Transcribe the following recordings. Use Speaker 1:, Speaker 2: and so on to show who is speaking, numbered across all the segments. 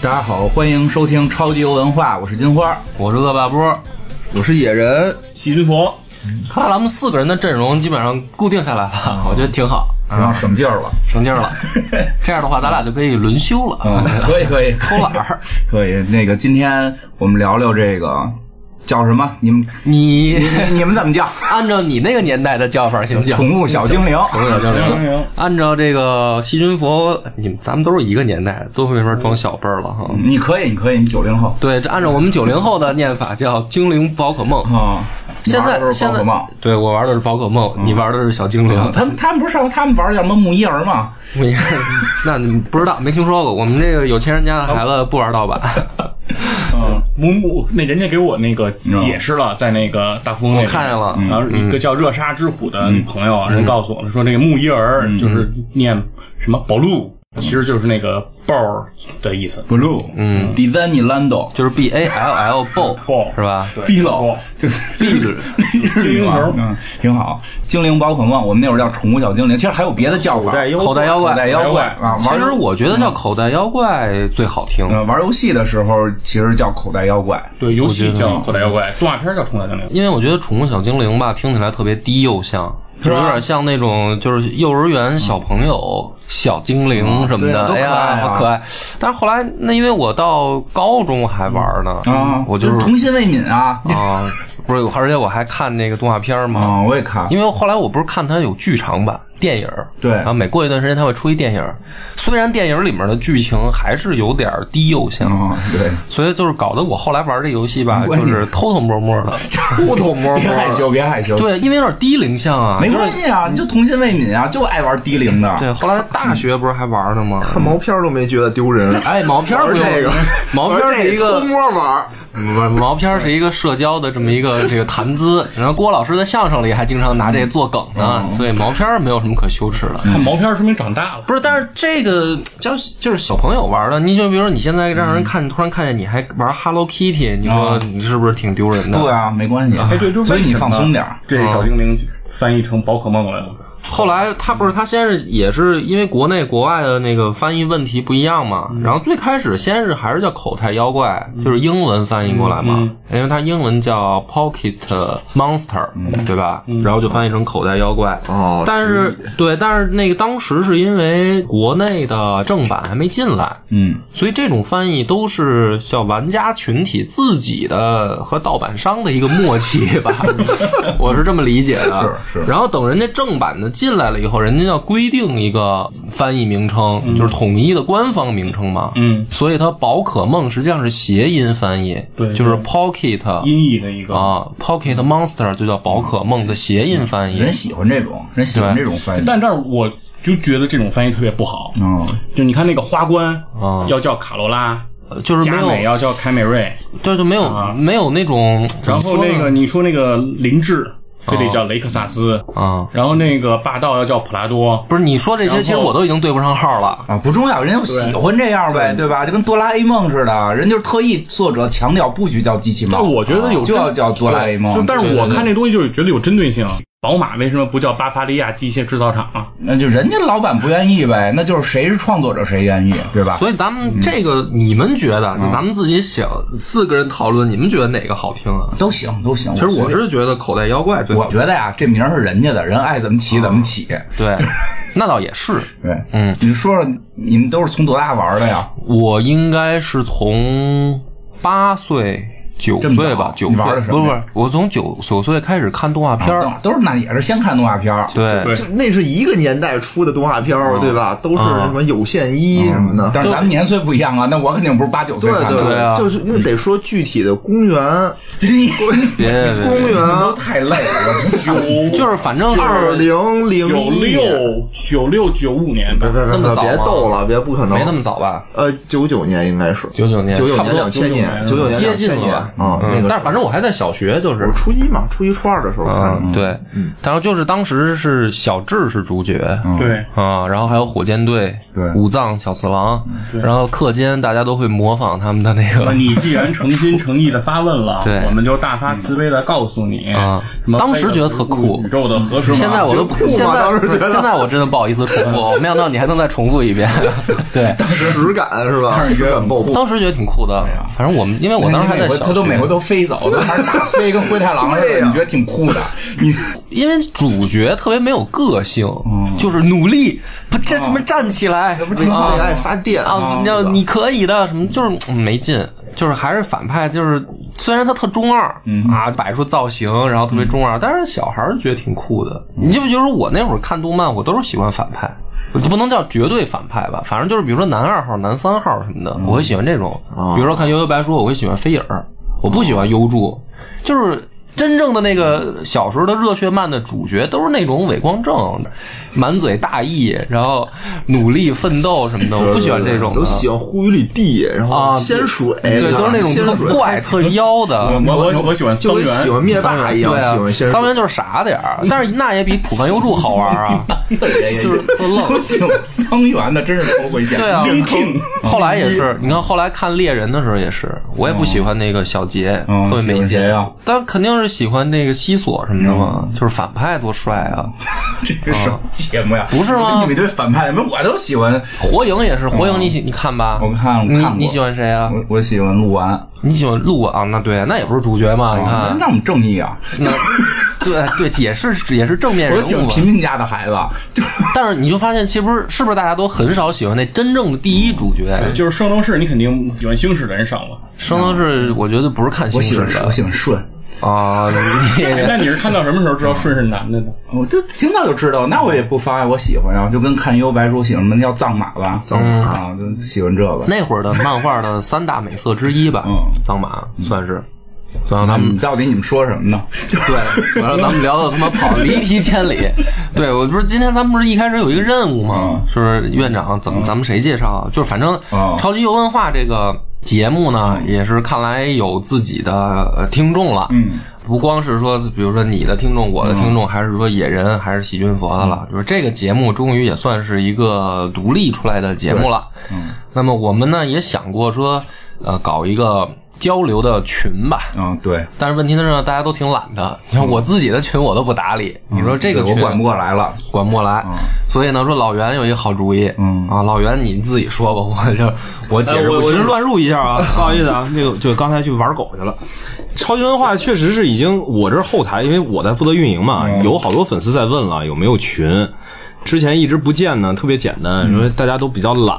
Speaker 1: 大家好，欢迎收听超级游文化，我是金花，
Speaker 2: 我是恶霸波。
Speaker 1: 嗯
Speaker 3: 我是野人，
Speaker 4: 细菌佛，
Speaker 2: 看来咱们四个人的阵容基本上固定下来
Speaker 1: 嗯
Speaker 2: 了，我觉得挺好，
Speaker 1: 让省劲儿了。
Speaker 2: 省劲儿了。这样的话，咱俩就可以轮休了啊，
Speaker 1: 可以可以
Speaker 2: 偷懒儿。
Speaker 1: 可以，那个今天我们聊聊这个叫什么？你们
Speaker 2: 你
Speaker 1: 你 你你们怎么叫？
Speaker 2: 按照你那个年代的叫法行不行？
Speaker 1: 宠物小精灵，
Speaker 2: 不是叫这个
Speaker 4: 欢迎。
Speaker 2: 按照这个细菌佛，你们咱们都是一个年代，都没法
Speaker 1: 嗯
Speaker 2: 装小辈儿了哈。
Speaker 1: 你可以你可以，你九零后
Speaker 2: 对，这按照我们九零后的念法叫精灵宝可梦。
Speaker 1: 啊，你
Speaker 2: 现
Speaker 1: 玩
Speaker 2: 在
Speaker 1: 的都是
Speaker 2: 现
Speaker 1: 宝可
Speaker 2: 在
Speaker 1: 梦。，嗯
Speaker 2: 对我玩的是宝可梦，你玩的是小精灵。
Speaker 1: 他们他们不是上他们玩叫什么木伊儿吗？
Speaker 2: 不一样，那你不知道，没听说过。我们这个有钱人家的孩子不 玩盗版，
Speaker 4: 嗯，母母那人家给我那个解释了，在那个大富翁那嗯边
Speaker 2: 我看见了
Speaker 4: 然后一个叫热沙之虎的朋友啊，人告诉我们说，这个木伊儿就是念什么宝路，其实就是那个豹儿的意思。
Speaker 1: Blue，嗯，Disney Lando，
Speaker 2: 就是 B A L L Bow 是吧？
Speaker 4: 对
Speaker 1: 碧楼就是碧日
Speaker 4: 精灵猴
Speaker 1: 嗯，挺好。精灵宝可梦，我们那会儿叫宠物小精灵，其实还有别的叫法，
Speaker 3: 古
Speaker 2: 口袋
Speaker 3: 代妖
Speaker 2: 妖怪
Speaker 1: 口。袋妖怪
Speaker 4: 口
Speaker 1: 啊。
Speaker 2: 其
Speaker 1: 玩
Speaker 2: 实
Speaker 1: 游
Speaker 2: 我觉得叫口袋妖怪最好听。
Speaker 1: 呃玩游戏的时候，其实叫口袋妖怪。
Speaker 4: 对，游戏叫口袋妖怪，动画片叫冲浪精灵。
Speaker 2: 因为我觉得《宠物小精灵》吧，听起来特别低幼像，就是有点像那种就是幼儿园小朋友、小精灵什么
Speaker 1: 嗯对啊
Speaker 2: 的，
Speaker 1: 多
Speaker 2: 哎
Speaker 1: 可爱啊
Speaker 2: 呀，好可爱。但是后来，那因为我到高中还玩呢，
Speaker 1: 啊，
Speaker 2: 我就是
Speaker 1: 童心未泯啊！
Speaker 2: 啊，不是，而且我还看那个动画片嘛，
Speaker 1: 啊，我也看，
Speaker 2: 因为后来我不是看它有剧场版电影儿，
Speaker 1: 对
Speaker 2: 然后每过一段时间它会出一电影儿，虽然电影儿里面的剧情还是有点儿低幼向，
Speaker 3: 嗯
Speaker 1: 啊，对，
Speaker 2: 所以就是搞得我后来玩这游戏吧，就是偷偷摸摸 的，
Speaker 3: 偷 偷摸
Speaker 1: 别害
Speaker 3: 摸，
Speaker 1: 羞，别害羞，，
Speaker 2: 对，因为有点低龄向啊，
Speaker 1: 没关系啊，你就童心未泯啊，就爱玩低龄的。
Speaker 2: 对，后来大学不是还玩呢吗？
Speaker 3: 看毛片儿都没觉得丢人。
Speaker 2: 哎，毛片儿
Speaker 3: 玩
Speaker 2: 不用
Speaker 3: 这个，
Speaker 2: 毛片儿
Speaker 3: 玩这
Speaker 2: 是一个
Speaker 3: 偷摸玩儿，
Speaker 2: 不是毛片儿是一个社交的这么一个这个谈资，然后郭老师在相声里还经常拿这做梗
Speaker 3: 嗯
Speaker 2: 呢，所以毛片儿没有什么可羞耻的。
Speaker 4: 看毛片儿说明长大了。
Speaker 2: 不是，但是这个叫就是小朋友玩的，你就比如说你现在让人看，突然看见你还玩 Hello Kitty，你说你是不是挺丢人的？
Speaker 1: 对啊，没关系，
Speaker 4: 哎，对，就是
Speaker 1: 所以你
Speaker 4: 为什么
Speaker 1: 放松点儿。
Speaker 4: 这小精灵翻译成宝可梦了。
Speaker 2: 后来他不是他先是也是因为国内国外的那个翻译问题不一样嘛，然后最开始先是还是叫口袋妖怪，就是英文翻译过来嘛，哎因为它英文叫 Pocket Monster，、对吧？然后就翻译成口袋妖怪。
Speaker 3: 哦
Speaker 2: 但是对，但是那个当时是因为国内的正版还没进来，
Speaker 1: 嗯，
Speaker 2: 所以这种翻译都是叫玩家群体自己的和盗版商的一个默契 吧，我是这么理解的。
Speaker 1: 是是
Speaker 2: 然后等人家正版的进来了以后，人家要规定一个翻译名称，就是统一的官方名称嘛。
Speaker 4: 嗯，
Speaker 2: 所以它宝可梦实际上是谐音翻译，
Speaker 4: 对
Speaker 2: 就是
Speaker 4: 对
Speaker 2: Pocket
Speaker 4: 音译的一个，
Speaker 2: 啊，Pocket Monster 就叫宝可梦的谐音翻译
Speaker 4: 嗯
Speaker 1: 人。喜欢这种，人喜欢这种翻译。
Speaker 4: 但这儿我就觉得这种翻译特别不好。
Speaker 1: 嗯，
Speaker 4: 就你看那个花冠
Speaker 2: 啊
Speaker 4: 要叫卡罗拉，
Speaker 2: 呃就是没
Speaker 4: 佳美啊
Speaker 2: 有，
Speaker 4: 要叫凯美瑞，
Speaker 2: 对，就没有、没有那种，
Speaker 4: 然
Speaker 2: 怎么
Speaker 4: 后
Speaker 2: 说
Speaker 4: 那
Speaker 2: 呢
Speaker 4: 个你说那啊个林志，非得叫雷克萨斯，
Speaker 2: 啊，
Speaker 4: 然后那个霸道要叫普拉多，
Speaker 2: 不是你说这些，其实
Speaker 4: 然后
Speaker 2: 我都已经对不上号了。
Speaker 1: 啊，不重要，人家喜欢这样呗，对吧？就跟哆啦 A 梦似的，人就是特意作者强调不许叫机器猫，啊
Speaker 4: 但我觉得有
Speaker 1: 就要
Speaker 4: 真
Speaker 1: 叫哆啦 A 梦。
Speaker 4: 就但是我
Speaker 2: 对
Speaker 4: 看这东西就是觉得有针对性。宝马为什么不叫巴伐利亚机械制造厂啊？
Speaker 1: 那就人家老板不愿意呗，那就是谁是创作者谁愿意，对吧？
Speaker 2: 所以咱们这个，你们觉得，就咱们自己想四个人讨论，你们觉得哪个好听啊？
Speaker 1: 都行都行。
Speaker 2: 其实我
Speaker 1: 随便
Speaker 2: 是觉得口袋妖怪最好
Speaker 1: 我觉
Speaker 2: 听。
Speaker 1: 得呀，这名儿是人家的，人爱怎么起怎么起。
Speaker 2: 对，那倒也是。
Speaker 1: 对，
Speaker 2: 嗯，
Speaker 1: 你说说你们都是从多大玩的呀？
Speaker 2: 我应该是从八岁、九
Speaker 1: 这么
Speaker 2: 岁
Speaker 1: 早
Speaker 2: 吧，九
Speaker 1: 你玩
Speaker 2: 岁
Speaker 1: 的什
Speaker 2: 不
Speaker 1: 么啊
Speaker 2: 是不
Speaker 1: 呀
Speaker 2: 是，我从九九岁开始看动画片儿。
Speaker 1: 都是那也是先看动画片儿，
Speaker 2: 对，
Speaker 4: 对
Speaker 3: 就那是一个年代出的动画片
Speaker 2: 哦
Speaker 3: 儿，对吧？都是什么有线一什么的。
Speaker 1: 但是咱们年岁不一样啊，那我肯定不是八九岁
Speaker 3: 对
Speaker 1: 看的。
Speaker 3: 对
Speaker 2: 对啊
Speaker 3: 就是因为得说具体的公园，
Speaker 1: 今
Speaker 2: 别别
Speaker 3: 公
Speaker 2: 别，
Speaker 1: 都
Speaker 3: 园
Speaker 1: 太累了，不行
Speaker 2: 就是反正
Speaker 3: 二
Speaker 2: 是
Speaker 3: 零零
Speaker 4: 九
Speaker 3: 一年，
Speaker 4: 六九六九五年吧
Speaker 3: 别，别别
Speaker 2: 那么早
Speaker 3: 别
Speaker 2: 吗
Speaker 3: 别逗了，别不可能，
Speaker 2: 没那么早吧？
Speaker 3: 呃，九九年应该是
Speaker 2: 九九年
Speaker 3: 九九
Speaker 4: 差不
Speaker 3: 年
Speaker 4: 多
Speaker 3: 两千年，九九年
Speaker 2: 接近
Speaker 3: 2000
Speaker 2: 了吧
Speaker 3: 年，吧？啊，那
Speaker 2: 嗯
Speaker 3: 个
Speaker 2: 但是反正我还在小学，就
Speaker 3: 我
Speaker 2: 是
Speaker 3: 是初一嘛，初一初二的时候看的。
Speaker 2: 嗯，对，然后就是当时是小智是主角，
Speaker 4: 对，
Speaker 2: 啊，然后还有火箭队、
Speaker 1: 对
Speaker 2: 武藏小次郎，然后课间大家都会模仿他们的那
Speaker 4: 那
Speaker 2: 个
Speaker 4: 啊你既然诚心诚意的发问了
Speaker 2: 对，
Speaker 4: 我们就大发慈悲的告诉你
Speaker 2: 啊，
Speaker 4: 什么
Speaker 2: 当时觉得特酷
Speaker 4: 宇宙的何时码
Speaker 2: 现在我都
Speaker 3: 觉得酷吗
Speaker 2: 现在
Speaker 3: 当时觉得
Speaker 2: 不是现在我真的不好意思重复，没想到你还能再重复一遍。对，
Speaker 3: 实感是吧？实感爆破。
Speaker 2: 当时觉得挺酷的，反正我们因 为我当时还在小
Speaker 1: 他都每回
Speaker 2: 学，
Speaker 1: 都飞走，都还是打飞，跟灰太狼似
Speaker 3: 对
Speaker 1: 的，
Speaker 3: 呀
Speaker 1: 你觉得挺酷 的。你
Speaker 2: 因为主角特别没有个性，就是努力，不这怎么站起来
Speaker 3: 那不挺好？爱发电
Speaker 2: 啊，你知道你可以的，什么就是嗯没劲，就是还是反派，就是虽然他特中二，啊，摆出造型，然后特别中二，但是小孩儿觉得挺酷的。你记不记得我那会儿看动漫，我都是喜欢反派，就不能叫绝对反派吧，反正就是比如说男二号、男三号什么的，我会喜欢这种。比如说看《悠悠白书》，我会喜欢飞影儿，我不喜欢优助，就是。真正的那个小时候的热血漫的主角都是那种伪光正，满嘴大义，然后努力奋斗什么的，我不喜欢这种的。
Speaker 3: 都喜欢呼雨里地，然后
Speaker 2: 啊，
Speaker 3: 仙水，
Speaker 2: 对，
Speaker 3: 吧
Speaker 2: 都是那种
Speaker 3: 仙水
Speaker 2: 特怪、特妖
Speaker 4: 我
Speaker 2: 的。
Speaker 4: 我我我喜欢
Speaker 3: 就
Speaker 4: 桑
Speaker 3: 跟喜
Speaker 4: 园，
Speaker 3: 欢灭霸一样
Speaker 2: 对，啊
Speaker 3: 喜欢仙，水
Speaker 2: 桑。园就是傻点儿，但是那也比浦饭优助好玩 啊。
Speaker 1: 就是不行，桑园的真是头回见。
Speaker 2: 对啊，
Speaker 4: 精品
Speaker 2: 后来也 是，你看后来看猎人的时候也是，我也不喜欢那个小杰，
Speaker 1: 嗯
Speaker 2: 特别没
Speaker 1: 喜欢谁嗯
Speaker 2: 劲
Speaker 1: 啊。
Speaker 2: 但肯定是喜欢那个西索什么的嘛，就是反派多帅啊！
Speaker 1: 这是什么节目呀？
Speaker 2: 不是吗
Speaker 1: 你们对反派，你们我都喜欢。
Speaker 2: 火影也是，火影你喜你看吧？
Speaker 1: 嗯我看我
Speaker 2: 你
Speaker 1: 看过
Speaker 2: 你喜欢谁啊？
Speaker 1: 我我喜欢鹿丸，
Speaker 2: 你喜欢鹿啊？那对，那也不是主角嘛？你看，
Speaker 1: 那我们正义啊！
Speaker 2: 那对对，也是也是正面人
Speaker 1: 我
Speaker 2: 物嘛。啊
Speaker 1: 喜欢平民家的孩子，就是
Speaker 2: 但是你就发现，其实是不是大家都很少喜欢那真正的第一主角？
Speaker 4: 就是圣斗士，你肯定喜欢星矢的人少嘛。
Speaker 2: 圣斗士，我觉得不是看
Speaker 1: 我
Speaker 2: 星
Speaker 1: 喜
Speaker 2: 矢
Speaker 1: 欢我
Speaker 2: 的
Speaker 1: 喜欢顺，
Speaker 2: 啊，
Speaker 4: 哎
Speaker 2: 你
Speaker 4: 那你是看到什么时候知道顺是男的呢？
Speaker 1: 我就听到就知
Speaker 2: 嗯
Speaker 1: 道，那我也不妨碍我喜欢啊，就跟看《幽白书》喜欢什么叫藏马吧，藏马啊，就喜欢这个。
Speaker 2: 那会儿的漫画的三大美色之一吧
Speaker 1: 嗯，
Speaker 2: 桑马算是，算让他
Speaker 1: 你
Speaker 2: 们
Speaker 1: 们到底你们说什么呢？
Speaker 2: 对，完了咱们聊到他妈跑离题千里。对，我不是今天咱们不是一开始有一个任务吗？是院长怎么咱们谁介绍？啊就是反正
Speaker 1: 嗯
Speaker 2: 《超级游文化》这个节目呢，也是看来有自己的呃听众了。嗯。不光是说，比如说你的听众、我的听众，还是说野人，还是喜军佛的了，就是这个节目终于也算是一个独立出来的节目了。嗯，那么我们呢也想过说，呃，搞一个交流的群吧。
Speaker 1: 嗯，对，
Speaker 2: 但是问题呢，大家都挺懒的。你看我自己的群我都不搭理，你说这个
Speaker 1: 嗯我
Speaker 2: 群
Speaker 1: 管不过来了。
Speaker 2: 管不过来，所以呢，说老袁有一个好主意，
Speaker 1: 嗯
Speaker 2: 啊，老袁你自己说吧， 我就我解
Speaker 5: 哎，
Speaker 2: 释
Speaker 5: 我
Speaker 2: 不
Speaker 5: 我
Speaker 2: 清
Speaker 5: 是
Speaker 2: 楚。
Speaker 5: 乱入一 下啊，不好意思啊，那个就刚才去玩狗去了。超级文化确实是已经我这后台，因为我在负责运营嘛，有好多粉丝在问了有没有群。之前一直不建呢，特别简单，因为大家都比较懒，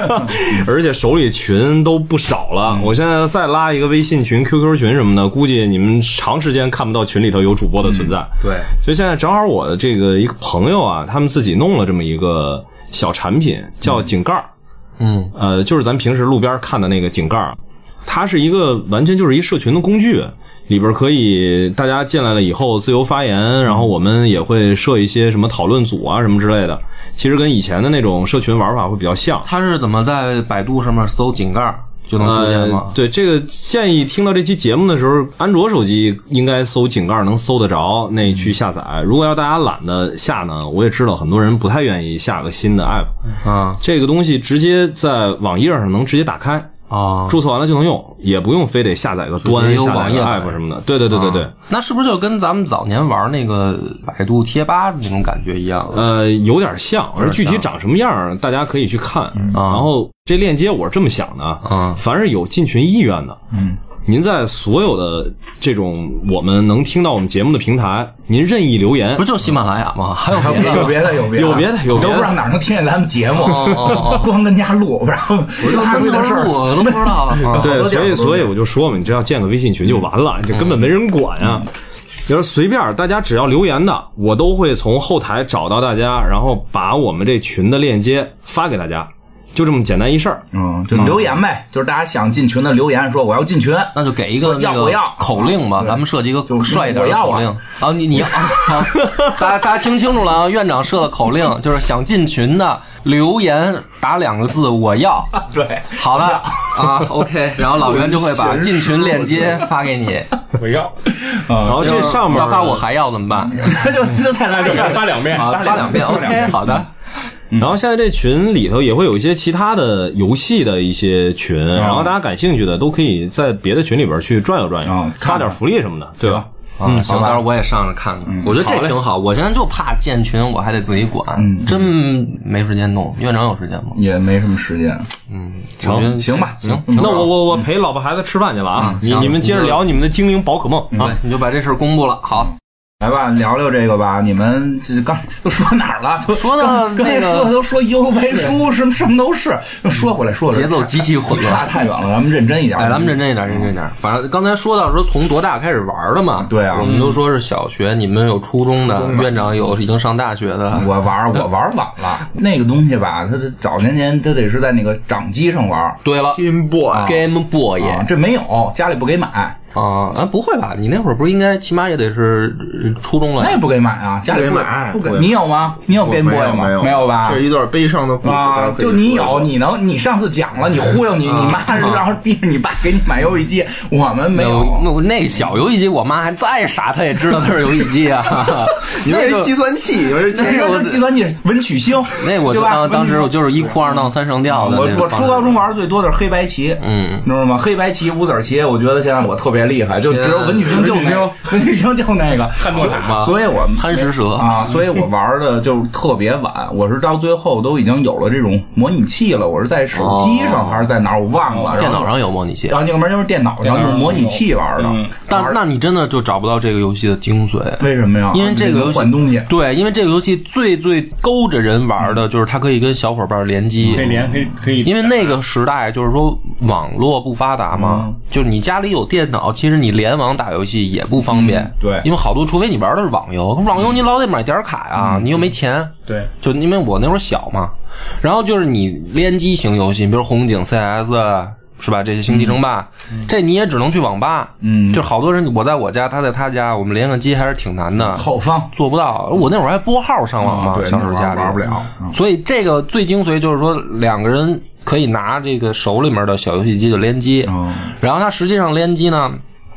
Speaker 5: 而且手里群都不少了。我现在再拉一个微信群、QQ 群什么的，估计你们长时间看不到群里头有主播的存在。
Speaker 2: 对，
Speaker 5: 所以现在正好我的这个一个朋友啊，他们自己弄了这么一个小产品，叫井盖儿。
Speaker 2: 嗯，
Speaker 5: 呃，就是咱平时路边看的那个井盖儿，它是一个完全就是一社群的工具，里边可以大家进来了以后自由发言，然后我们也会设一些什么讨论组啊什么之类的。其实跟以前的那种社群玩法会比较像。
Speaker 2: 他是怎么在百度上面搜井盖儿就能出现吗
Speaker 5: 呃？，对，这个建议听到这期节目的时候，安卓手机应该搜井盖儿能搜得着，那去下载。如果要大家懒得下呢，我也知道很多人不太愿意下个新的 app，
Speaker 2: 啊
Speaker 5: 这个东西直接在网页上能直接打开。
Speaker 2: 啊，
Speaker 5: 注册完了就能用，也不用非得下载个
Speaker 2: 就
Speaker 5: 端、
Speaker 2: 也有
Speaker 5: 下
Speaker 2: 网
Speaker 5: 载
Speaker 2: 页
Speaker 5: 个
Speaker 2: 版
Speaker 5: app 什么的。对对对对对，
Speaker 2: 啊那是不是就跟咱们早年玩那个百度贴吧那种感觉一样？
Speaker 5: 呃，有点像，而具体长什么样儿，大家可以去看。
Speaker 2: 啊
Speaker 5: 然后这链接我是这么想的
Speaker 2: 嗯
Speaker 5: 凡是有进群意愿的，嗯，您在所有的这种我们能听到我们节目的平台，您任意留言
Speaker 2: 不，就喜马拉雅吗？还有别的
Speaker 1: 有别的，有别的，
Speaker 5: 有别的有别的
Speaker 1: 我都不知道哪能听见咱们节目，
Speaker 2: 哦
Speaker 1: 光跟家录，然后都
Speaker 2: 什
Speaker 1: 是
Speaker 2: 么
Speaker 1: 的事儿。
Speaker 2: 我都不知 道啊。
Speaker 5: 对，
Speaker 1: 多地儿
Speaker 5: 所以
Speaker 1: 好多
Speaker 5: 所以
Speaker 1: 地儿
Speaker 5: 我就说嘛，你只要建个微信群就完了，你就根本没人管啊。就是随便大家只要留言的，我都会从后台找到大家，然后把我们这群的链接发给大家。就这么简单一事儿。
Speaker 1: 嗯，就留言呗，就是大家想进群的留言，说我要进群，
Speaker 2: 那就给一个那
Speaker 1: 要
Speaker 2: 个
Speaker 1: 我要
Speaker 2: 口令吧，咱们设计一个帅一点的
Speaker 1: 我要啊
Speaker 2: 口令。啊，你你啊， 好，大家大家听清楚了啊！院长设的口令就是想进群的留言打两个字“ 我要
Speaker 1: 对，”，
Speaker 2: 好了啊，OK，然后老袁就会 把进群链接发给你。
Speaker 4: 我要，
Speaker 5: 然后这上面
Speaker 2: 要发我还要怎么办？
Speaker 1: 那就就在那
Speaker 4: 那就
Speaker 1: 里
Speaker 4: 给他发哎两遍。
Speaker 2: 啊，
Speaker 1: 发
Speaker 2: 嗯 发
Speaker 1: 两
Speaker 2: 两遍
Speaker 1: 发两遍
Speaker 2: ，OK，好的。
Speaker 5: 然后现在这群里头也会有一些其他的游戏的一些群，然后大家感兴趣的都可以在别的群里边去转悠转悠，
Speaker 1: 啊看看
Speaker 5: 发点福利什么的，对吧？
Speaker 1: 嗯
Speaker 2: 啊，行，到时候我也上着看看，我觉得这挺好。我现在就怕建群，我还得自己
Speaker 1: 嗯
Speaker 2: 管，真没时间弄。院长有时间吗？
Speaker 1: 也没什么时间，
Speaker 2: 我觉得
Speaker 1: 嗯行吧，
Speaker 2: 行，
Speaker 1: 嗯
Speaker 5: 那我我我陪老婆孩子吃饭去了啊！你
Speaker 2: 行
Speaker 5: 你们接着聊你们的精灵宝可梦
Speaker 2: 对！，
Speaker 5: 啊
Speaker 2: 嗯你就把这事儿公布了。好，
Speaker 1: 来吧，聊聊这个吧。你们这刚都说哪儿了？都
Speaker 2: 说到
Speaker 1: 刚才
Speaker 2: 那个
Speaker 1: 说的都说 U 为书，什么什么都是。说回来，说回
Speaker 2: 节
Speaker 1: 来，
Speaker 2: 奏极其混
Speaker 1: 差
Speaker 2: 乱。
Speaker 1: 太远了，咱们认真一点。
Speaker 2: 哎，咱们认真一点，认真一点。反正刚才说到说从多大开始玩的嘛，
Speaker 1: 对啊
Speaker 2: 我们都说是小学，你们有初中的，院长有已经上大学的。
Speaker 1: 我玩儿我玩儿晚了，那个东西吧，它这早年间它得是在那个掌机上玩儿
Speaker 2: 对了
Speaker 3: Game Boy，
Speaker 2: ，Game Boy
Speaker 1: 啊，这没有，家里不给买，
Speaker 2: 啊，啊不会吧？你那会儿不是应该起码也得是呃初中了
Speaker 1: 那？也不给买啊，家里
Speaker 3: 不给买
Speaker 1: 不给
Speaker 3: 我。
Speaker 1: 你有吗？你有
Speaker 3: 我
Speaker 1: Game
Speaker 3: 没
Speaker 1: Boy
Speaker 3: 有
Speaker 1: 吗？
Speaker 3: 没有
Speaker 1: 没有吧
Speaker 3: 这？是一段悲伤的故事
Speaker 1: 啊，就你有，，你能，你上次讲了，你忽悠
Speaker 2: 啊
Speaker 1: 你，你妈然后逼着你爸给你买游戏机，我们没有。
Speaker 2: 那我那小游戏机，我妈还再傻，她也知道它是游戏机 啊。
Speaker 3: 你
Speaker 2: 那
Speaker 3: 是
Speaker 2: 就
Speaker 3: 计算器，有人计
Speaker 1: 那
Speaker 3: 算器
Speaker 2: 那我
Speaker 1: 是计算机文曲星，
Speaker 2: 那我
Speaker 1: 对
Speaker 2: 就
Speaker 1: 吧？
Speaker 2: 当当时
Speaker 1: 文
Speaker 2: 我
Speaker 1: 曲星
Speaker 2: 就是一哭二闹三上吊的
Speaker 1: 我
Speaker 2: 那个
Speaker 1: 我
Speaker 2: 方
Speaker 1: 初
Speaker 2: 式。
Speaker 1: 高中玩最多的是黑白棋，
Speaker 2: 嗯，
Speaker 1: 你知道吗？黑白棋、五子棋，我觉得现在我特别厉害，就只有文曲星就那个，文曲星就那个
Speaker 4: 汉诺塔
Speaker 2: 吧
Speaker 1: 所以我们
Speaker 2: 贪食蛇
Speaker 1: 啊，所以我玩的就是特别晚，我是到最后都已经有了这种模拟器了，我是在手机上还是在哪儿我忘了，
Speaker 2: 哦电脑
Speaker 1: 然后。
Speaker 2: 上有模拟器
Speaker 1: 然，后那个门就是电脑上，就是模拟器玩的。
Speaker 2: 但那你真的就找不到这个游戏的精髓。
Speaker 1: 为什么呀？啊
Speaker 2: 因为这个游戏
Speaker 1: 能换东西，
Speaker 2: 对，因为这个游戏最最勾着人玩的就是它可以跟小伙伴联机，
Speaker 4: 可以连，可以可以，
Speaker 2: 因为那个时代就是说网络不发达嘛，就是你家里有电脑，其实你联网打游戏也不方便。
Speaker 1: 对
Speaker 2: 因为好多除非你玩的是网游，网游你老得买点卡呀、你又没钱。
Speaker 4: 对，
Speaker 2: 就因为我那会儿小嘛，然后就是你联机型游戏，比如红警、CS。是吧？这些星际争霸，这你也只能去网吧。嗯，就好多人，我在我家，他在他家，我们连个机还是挺难的。
Speaker 1: 后方
Speaker 2: 做不到。我那会儿还拨号上网
Speaker 1: 啊
Speaker 2: 嘛，
Speaker 1: 对
Speaker 2: 小时候家
Speaker 1: 那
Speaker 2: 里
Speaker 1: 玩玩不了嗯
Speaker 2: 所以这个最精髓就是说，两个人可以拿这个手里面的小游戏机就联机，
Speaker 1: 哦
Speaker 2: 然后它实际上联机呢，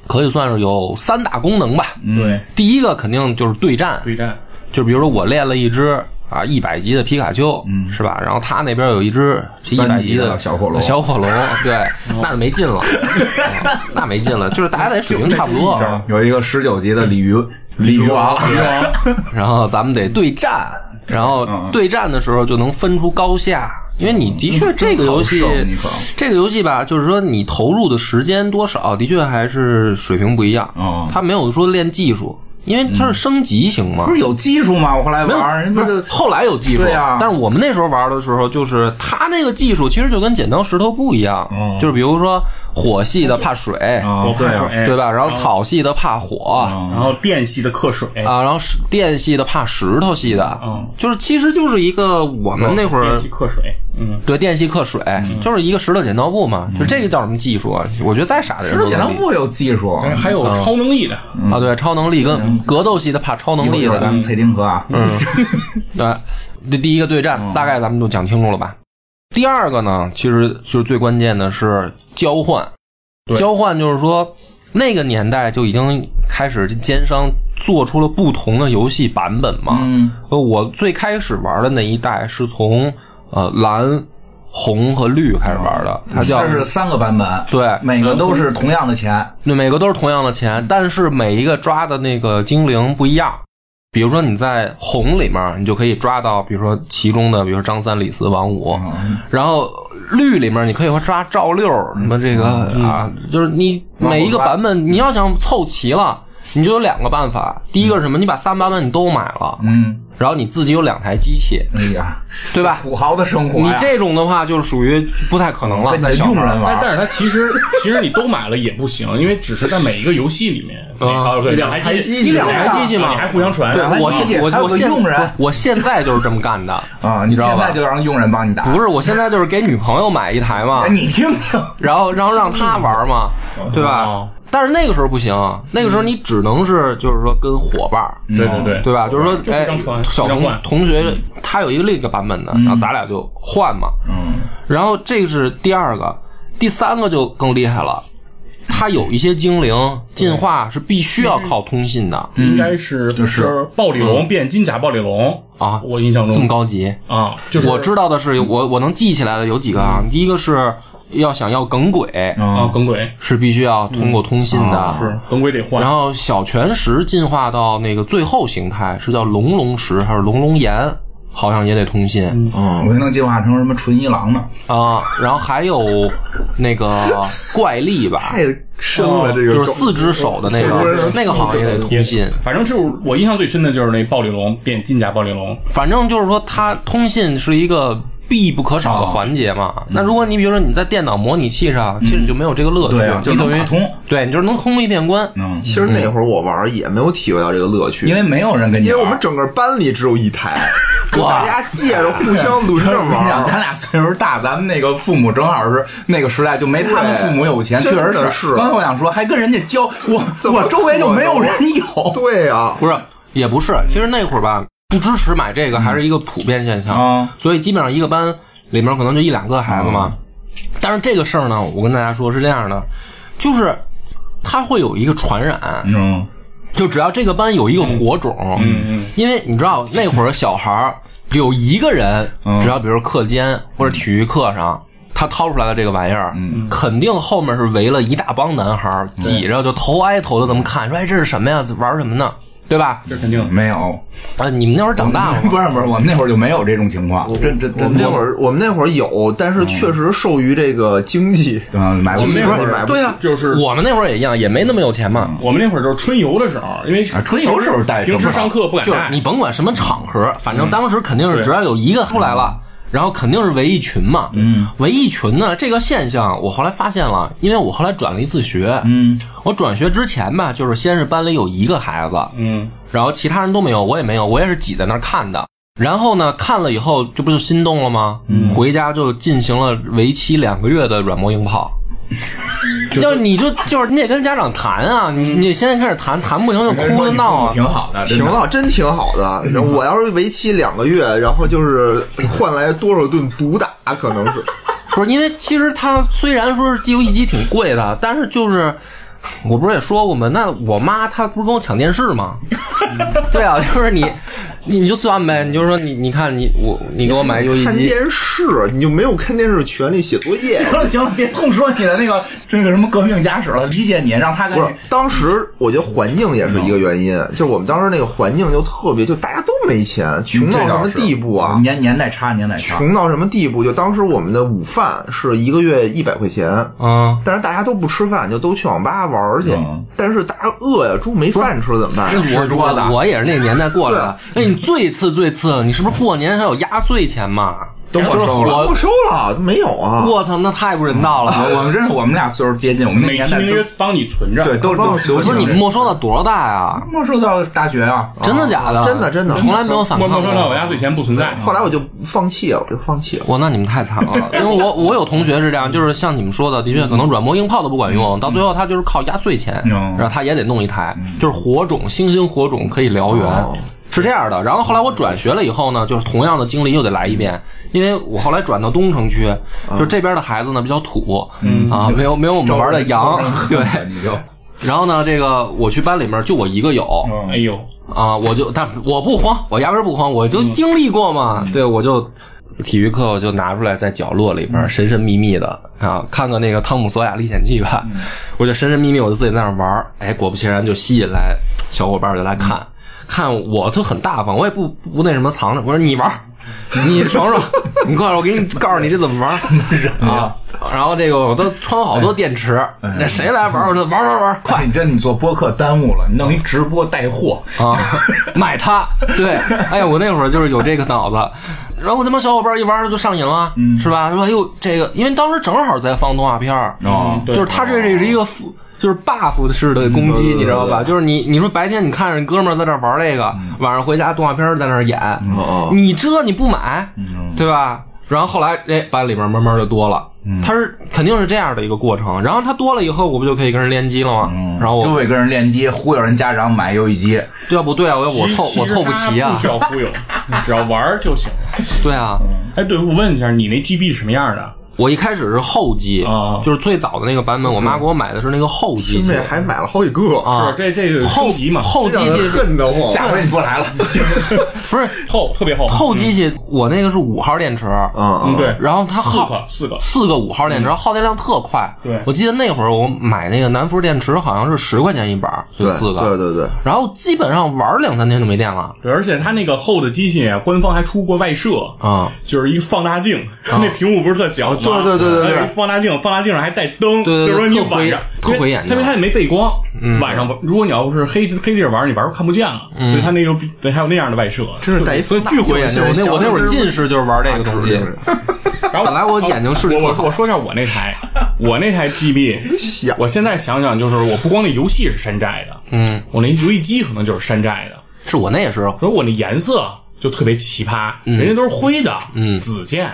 Speaker 2: 可以算是有三大功能吧。
Speaker 1: 嗯
Speaker 4: 对，
Speaker 2: 第一个肯定就是对战，
Speaker 4: 对战，
Speaker 2: 就比如说我练了一只啊一百级的皮卡丘，嗯，是吧？然后他那边有一只一
Speaker 1: 三
Speaker 2: 百
Speaker 1: 级
Speaker 2: 级
Speaker 1: 的
Speaker 2: 的
Speaker 1: 小火龙哦
Speaker 2: 小火龙， 对，那就没劲了，啊那没劲了，就是大家得水平差不 多，
Speaker 1: 有一个十九级的鲤鱼，鲤鱼王，
Speaker 2: 然后咱们得对战，然后
Speaker 1: 嗯
Speaker 2: 对战的时候就能分出高下，因为你的确这个游戏
Speaker 1: 嗯好胜你可，
Speaker 2: 这个游戏吧，就是说你投入的时间多少，的确还是水平不一样
Speaker 1: 哦。
Speaker 2: 它没有说练技术，因为它是升级型嘛
Speaker 1: 不。是有技术吗？我后来
Speaker 2: 没有
Speaker 1: 玩儿，人，
Speaker 2: 不
Speaker 1: 不
Speaker 2: 是
Speaker 1: 是
Speaker 2: 后来有技术
Speaker 1: 对呀，
Speaker 2: 但是我们那时候玩的时候，就是它那个技术其实就跟剪刀石头布一样，
Speaker 1: 嗯
Speaker 2: 就是比如说火系的怕水，
Speaker 1: 啊
Speaker 4: 我
Speaker 1: 对
Speaker 4: 怕
Speaker 1: 啊，
Speaker 4: 水，
Speaker 2: 哦对吧？然后草系的怕火，
Speaker 1: 嗯
Speaker 4: 然后电系的克水，
Speaker 2: 啊，然后是电系的怕石头系的，
Speaker 4: 嗯
Speaker 2: 就是其实就是一个我们那会儿
Speaker 4: 电系克水，嗯，
Speaker 2: 对电系克水，
Speaker 1: 嗯
Speaker 2: 就是一个石头剪刀布嘛，就这个叫什么技术啊？我觉得再傻的人
Speaker 1: 石
Speaker 2: 都
Speaker 1: 头
Speaker 2: 能
Speaker 1: 剪刀
Speaker 2: 理
Speaker 1: 布有技术，
Speaker 4: 哎还有超能力的，
Speaker 2: 啊，对，超能力
Speaker 1: 嗯
Speaker 2: 跟格斗系的怕超能力
Speaker 1: 一会儿
Speaker 2: 的，
Speaker 1: 咱们蔡丁河啊，
Speaker 2: 对，这第一个对战、
Speaker 1: 嗯
Speaker 2: 大概咱们就讲清楚了吧。第二个呢，其实就是最关键的是交换，交换就是说那个年代就已经开始奸商做出了不同的游戏版本嘛。
Speaker 1: 嗯，
Speaker 2: 呃，我最开始玩的那一代是从呃蓝、红和绿开始玩的，它叫
Speaker 1: 这哦是三个版本，
Speaker 2: 对
Speaker 1: 每个都是同样的钱，
Speaker 2: 那每个都是同样的钱，但是每一个抓的那个精灵不一样。比如说你在红里面，你就可以抓到，比如说其中的，比如说张三、李四、王五，
Speaker 1: 哦
Speaker 2: 然后绿里面你可以抓赵六什么这个
Speaker 1: 嗯
Speaker 2: 啊，就是你每一个版本你要想凑齐了，你就有两个办法。第一个是什么？你把三版本你都买了，
Speaker 1: 嗯，
Speaker 2: 然后你自己有两台机器，
Speaker 1: 哎呀，
Speaker 2: 对吧？
Speaker 1: 土豪的生活
Speaker 2: 你
Speaker 1: 呀，
Speaker 2: 这种的话就是属于不太可能了，
Speaker 1: 跟你
Speaker 2: 在
Speaker 1: 的
Speaker 2: 小
Speaker 1: 佣
Speaker 2: 孩儿
Speaker 1: 人
Speaker 4: 但
Speaker 1: 玩，
Speaker 4: 但是它其实其实你都买了也不行，因为只是在每一个游戏里面，
Speaker 2: 哦
Speaker 4: 啊，对
Speaker 3: 两台机器
Speaker 4: 你两台机器嘛，
Speaker 3: 对啊
Speaker 4: 你还互相传。
Speaker 2: 对，我
Speaker 1: 理解
Speaker 2: 现我
Speaker 1: 还有
Speaker 2: 我
Speaker 1: 个
Speaker 2: 现
Speaker 1: 佣人
Speaker 2: 不是我现在就是这么干的。
Speaker 1: 啊！
Speaker 2: 你
Speaker 1: 你
Speaker 2: 知道
Speaker 1: 现
Speaker 2: 吧
Speaker 1: 在就让佣人帮你打，
Speaker 2: 不是，我现在就是给女朋友买一台嘛
Speaker 1: 哎，你听听，
Speaker 2: 然后然后让她玩嘛，对吧
Speaker 4: 哦？
Speaker 2: 但是那个时候不行，那个时候你只能是就是说跟伙伴儿，
Speaker 4: 对对对
Speaker 2: 对吧？就是说，
Speaker 4: 就
Speaker 2: 哎
Speaker 4: 互相，传
Speaker 2: 小
Speaker 4: 互相
Speaker 2: 同
Speaker 4: 换
Speaker 2: 同学他有一个另一个版本
Speaker 4: 嗯
Speaker 2: 的，然后咱俩就换嘛。
Speaker 1: 嗯，
Speaker 2: 然后这个是第二个，第三个就更厉害了，它有一些精灵进化是必须要靠通信的
Speaker 4: 应该是就是暴鲤龙变金甲暴鲤龙
Speaker 2: 嗯啊
Speaker 4: 我印象中
Speaker 2: 这么高级。
Speaker 4: 啊，就是嗯
Speaker 2: 我知道的是，我我能记起来的有几个啊，第一个是要想要耿鬼，
Speaker 4: 啊，耿鬼
Speaker 2: 是必须要通过通信的。
Speaker 4: 嗯啊是耿鬼得换
Speaker 2: 然，后小泉石进化到那个最后形态是叫龙龙石还是龙龙岩，好像也得通信
Speaker 1: 我还能进化成什么纯一郎呢？
Speaker 2: 啊、然后还有那个怪力吧，
Speaker 3: 太深了，这个
Speaker 2: 哦就是
Speaker 3: 梗
Speaker 2: 四只手的那
Speaker 3: 我说
Speaker 2: 个，那个好像也得通信。
Speaker 4: 反正就是我印象最深的就是那暴鲤龙变金甲暴鲤龙，
Speaker 2: 反正就是说，它通信是一个必不可少
Speaker 1: 啊
Speaker 2: 的环节嘛。
Speaker 1: 嗯
Speaker 2: 那如果你比如说你在电脑模拟器上，其实你就没有这个乐趣，
Speaker 1: 对啊
Speaker 2: 你
Speaker 1: 就
Speaker 2: 等
Speaker 1: 能
Speaker 2: 于
Speaker 1: 打通
Speaker 2: 对你就是能通一遍关。
Speaker 1: 嗯，
Speaker 3: 其实那会儿我玩儿也没有体会到这个乐趣，
Speaker 1: 因为没有人跟你
Speaker 3: 因
Speaker 1: 玩，
Speaker 3: 为我们整个班里只有一 台，就大家借着互相轮着
Speaker 1: 你想，
Speaker 3: 玩
Speaker 1: 咱
Speaker 3: 儿。
Speaker 1: 俩岁数大，咱们那个父母正好是那个时代，就没他们父母有钱，确
Speaker 3: 对
Speaker 1: 实
Speaker 3: 真的
Speaker 1: 是。
Speaker 3: 是
Speaker 1: 刚才我想说，还跟人家交，我
Speaker 3: 怎么
Speaker 1: 我周围就没有人有
Speaker 3: 对啊，
Speaker 2: 不是，也不是。其实那会儿吧，不支持买这个还是一个普遍现象，
Speaker 1: 嗯
Speaker 2: 所以基本上一个班里面可能就一两个孩子嘛。但是这个事儿呢，我跟大家说是这样的，就是它会有一个传染，
Speaker 1: 嗯，
Speaker 2: 就只要这个班有一个火种，嗯嗯，因为你知道那会儿小孩儿有一个人，只要比如课间或者体育课上。他掏出来的这个玩意儿，肯定后面是围了一大帮男孩儿，挤着就头挨头的这么看，说：“哎，这是什么呀？玩什么呢？对吧？”
Speaker 4: 这肯定
Speaker 1: 没有，
Speaker 2: 啊，你们那会儿长大了吗？
Speaker 1: 不是不是，我们那会儿就没有这种情况，真真
Speaker 3: 我
Speaker 1: 真
Speaker 3: 们那会儿我们那会儿有，但
Speaker 2: 嗯
Speaker 3: 是确实受于这个经济，
Speaker 1: 啊买不
Speaker 3: 经
Speaker 1: 起
Speaker 3: 济
Speaker 4: 那会儿
Speaker 3: 买不
Speaker 2: 对
Speaker 3: 起
Speaker 2: 呀、啊，
Speaker 4: 就是
Speaker 2: 我们那会儿也一样，也没那么有钱嘛。
Speaker 4: 我们那会儿就是春游的时候，因为
Speaker 1: 啊春游时候带
Speaker 4: 平
Speaker 1: 什么啊
Speaker 4: 时上课不敢
Speaker 2: 就是
Speaker 4: 带，
Speaker 2: 你甭管什么场合，反正当时肯定是只要有一嗯个出来了，然后肯定是围一群嘛。嗯，围一群呢，这个现象我后来发现了，因为我后来转了一次学。嗯，我转学之前吧，就是先是班里有一个孩子，
Speaker 4: 嗯，
Speaker 2: 然后其他人都没有，我也没有，我也是挤在那儿看的。然后呢，看了以后，这不就心动了吗？回家就进行了为期两个月的软磨硬泡。要是你 就就是你得跟家长谈啊，你你得现在开始谈，谈不行就哭着闹啊。
Speaker 1: 挺好的，真
Speaker 3: 挺
Speaker 1: 的
Speaker 3: 好，真挺好的。然后我要是为期两个月，然后就是换来多少顿毒打，可能是。
Speaker 2: 不是因为其实它虽然说是游戏机挺贵的，但是就是我不是也说过吗？那我妈她不是跟我抢电视吗？ 对啊，就是你你你就算呗，你就说你你看你我你给我买游戏
Speaker 3: 看
Speaker 2: 机，
Speaker 3: 电视，你就没有看电视权利写作业。
Speaker 1: 行了行了，别痛说你的那个这个什么革命家史了，理解你，让他跟
Speaker 3: 不
Speaker 1: 你
Speaker 3: 是，当时我觉得环境也是一个原因，就是我们当时那个环境就特别，就大家都没钱，穷到
Speaker 1: 这
Speaker 3: 什
Speaker 1: 倒
Speaker 3: 么
Speaker 1: 是嗯
Speaker 3: 地步啊？
Speaker 1: 年年代差，年代差，
Speaker 3: 穷到什么地步？就当时我们的午饭是一个月一百块钱，
Speaker 2: 嗯，
Speaker 3: 但是大家都不吃饭，就都去网吧玩儿去
Speaker 1: 嗯。
Speaker 3: 但是大家饿呀，猪没饭吃怎么办？
Speaker 2: 我
Speaker 1: 桌子啊
Speaker 2: 我我也是那个年代过来的。哎，你最次最次，你是不是过年还有压岁钱嘛？
Speaker 1: 都没收了。
Speaker 3: 没
Speaker 2: 我
Speaker 3: 收了，没有啊？
Speaker 2: 我操，那太不人道了。
Speaker 1: 啊我们真是我们俩岁数接近，我们那
Speaker 4: 美
Speaker 1: 年
Speaker 4: 其
Speaker 1: 代
Speaker 4: 名曰
Speaker 1: 都
Speaker 4: 帮你存着，啊
Speaker 1: 对都都流
Speaker 2: 不是
Speaker 1: 行
Speaker 2: 你
Speaker 1: 这
Speaker 2: 没收到多少大呀？
Speaker 1: 没收到大学啊，
Speaker 2: 真的假的？
Speaker 3: 真的真的
Speaker 2: 从来没有反
Speaker 4: 莫
Speaker 2: 抗
Speaker 4: 莫说到我
Speaker 2: 过。
Speaker 4: 压岁钱不存在，啊
Speaker 3: 后来我就放弃了，我就放弃了。
Speaker 2: 哇，那你们太惨了，因为我我有同学是这样，就是像你们说的，的确可能软磨硬泡都不管用，到最后他就是靠压岁钱，
Speaker 1: 嗯
Speaker 2: 然后他也得弄一台，就是火种，星星火种可以燎原，
Speaker 1: 哦
Speaker 2: 是这样的。然后后来我转学了以后呢，就是同样的经历又得来一遍，因为我后来转到东城区，就是这边的孩子呢比较土，
Speaker 1: 嗯
Speaker 2: 啊，没有没有我们玩的洋，对。
Speaker 1: 你就嗯
Speaker 2: 然后呢，这个我去班里面就我一个有，
Speaker 4: 哎呦，
Speaker 2: 啊，我就但我不慌，我压根儿不慌，我就经历过嘛。对，我就体育课我就拿出来在角落里边儿神神秘秘的啊，看看那个《汤姆索亚历险记》吧，我就神神秘秘我就自己在那儿玩儿，哎，果不其然就吸引来小伙伴儿就来看。看我就很大方，我也不不那什么藏着。我说你玩儿，你爽爽，你过来，我给你告诉你这怎么玩儿啊。然后这个我都穿好多电池，那谁来玩儿我就玩儿玩儿玩儿，快
Speaker 1: 哎你这你做播客耽误了，你弄一直播带货，
Speaker 2: 啊， 买它。对，哎呀，我那会儿就是有这个脑子，然后他妈小伙伴一玩就上瘾了，是吧？说哎呦这个，因为当时正好在放动画片儿，
Speaker 1: 哦
Speaker 4: 对
Speaker 2: 就是他这这是一个复就是 buff 式的攻击，
Speaker 3: 嗯对对对
Speaker 2: 你知道吧？就是你你说白天你看着你哥们儿在这玩这个，晚上回家动画片儿在那儿演，
Speaker 3: 哦
Speaker 2: 你这你不买，对吧？然后后来，哎，班里边慢慢就多了，他是肯定是这样的一个过程。然后他多了以后，我不就可以跟人联机了吗？嗯然后
Speaker 1: 就
Speaker 2: 我
Speaker 1: 会嗯跟人链接，忽悠人家长买游戏机。
Speaker 2: 要不对啊，我我凑
Speaker 4: 其
Speaker 2: 我
Speaker 4: 实
Speaker 2: 凑不
Speaker 4: 它
Speaker 2: 齐啊
Speaker 4: 不需，要忽悠，你只要玩儿就行。
Speaker 2: 对啊。
Speaker 4: 哎，对，我问一下，你那 GB 什么样的？
Speaker 2: 我一开始是后机
Speaker 4: 啊，
Speaker 2: 就是最早的那个版本，我妈给我买的是那个后机
Speaker 3: 听
Speaker 2: 器
Speaker 3: 着还买了好几个，
Speaker 2: 啊
Speaker 4: 是，这这个
Speaker 2: 后
Speaker 4: 升级嘛，
Speaker 2: 后机
Speaker 3: 让
Speaker 2: 器
Speaker 3: 人
Speaker 2: 是
Speaker 3: 恨得慌。
Speaker 1: 下回你不来 了，
Speaker 2: 不是
Speaker 4: 厚，特别厚。
Speaker 2: 后机器？我那个是五号电池，
Speaker 3: 啊，
Speaker 4: 嗯，对，
Speaker 2: 然后它
Speaker 4: 四
Speaker 2: 耗
Speaker 4: 个四个，
Speaker 2: 四个五号电池，耗电量特快。
Speaker 4: 对
Speaker 2: 我记得那会儿我买那个南孚电池好像是十块钱一板，就
Speaker 3: 对，
Speaker 2: 四个。
Speaker 3: 对对对，
Speaker 2: 然后基本上玩两三天就没电了
Speaker 4: 对，而且它那个厚的机器，啊官方还出过外设，
Speaker 2: 啊！哦
Speaker 4: 就是一个放大镜， 那屏幕不是特小吗？
Speaker 3: 对对对对对
Speaker 4: 还有一放大镜，放大镜上还带灯，
Speaker 2: 对对对
Speaker 4: 就是说你
Speaker 2: 特
Speaker 4: 晚
Speaker 2: 毁
Speaker 4: 上
Speaker 2: 特毁眼睛嗯
Speaker 4: 因为它也没背光，晚上如果你要是黑黑地儿玩，你玩看不见了，所以它那个还有那样的外设。
Speaker 3: 真是带一
Speaker 2: 所以巨毁眼睛。我那我那会儿近视就是玩这个东西，
Speaker 4: 然后
Speaker 2: 本来我眼睛视力
Speaker 4: 我
Speaker 2: 不
Speaker 4: 我
Speaker 2: 好
Speaker 4: 我说一下我那台，我那 台 GB，
Speaker 3: 小
Speaker 4: 我现在想想就是，我不光那游戏是山寨的，
Speaker 2: 嗯，
Speaker 4: 我那游戏机可能就是山寨的，
Speaker 2: 是我那也是
Speaker 4: 说我那颜色就特别奇葩，人家都是灰的，
Speaker 2: 嗯
Speaker 4: 紫键，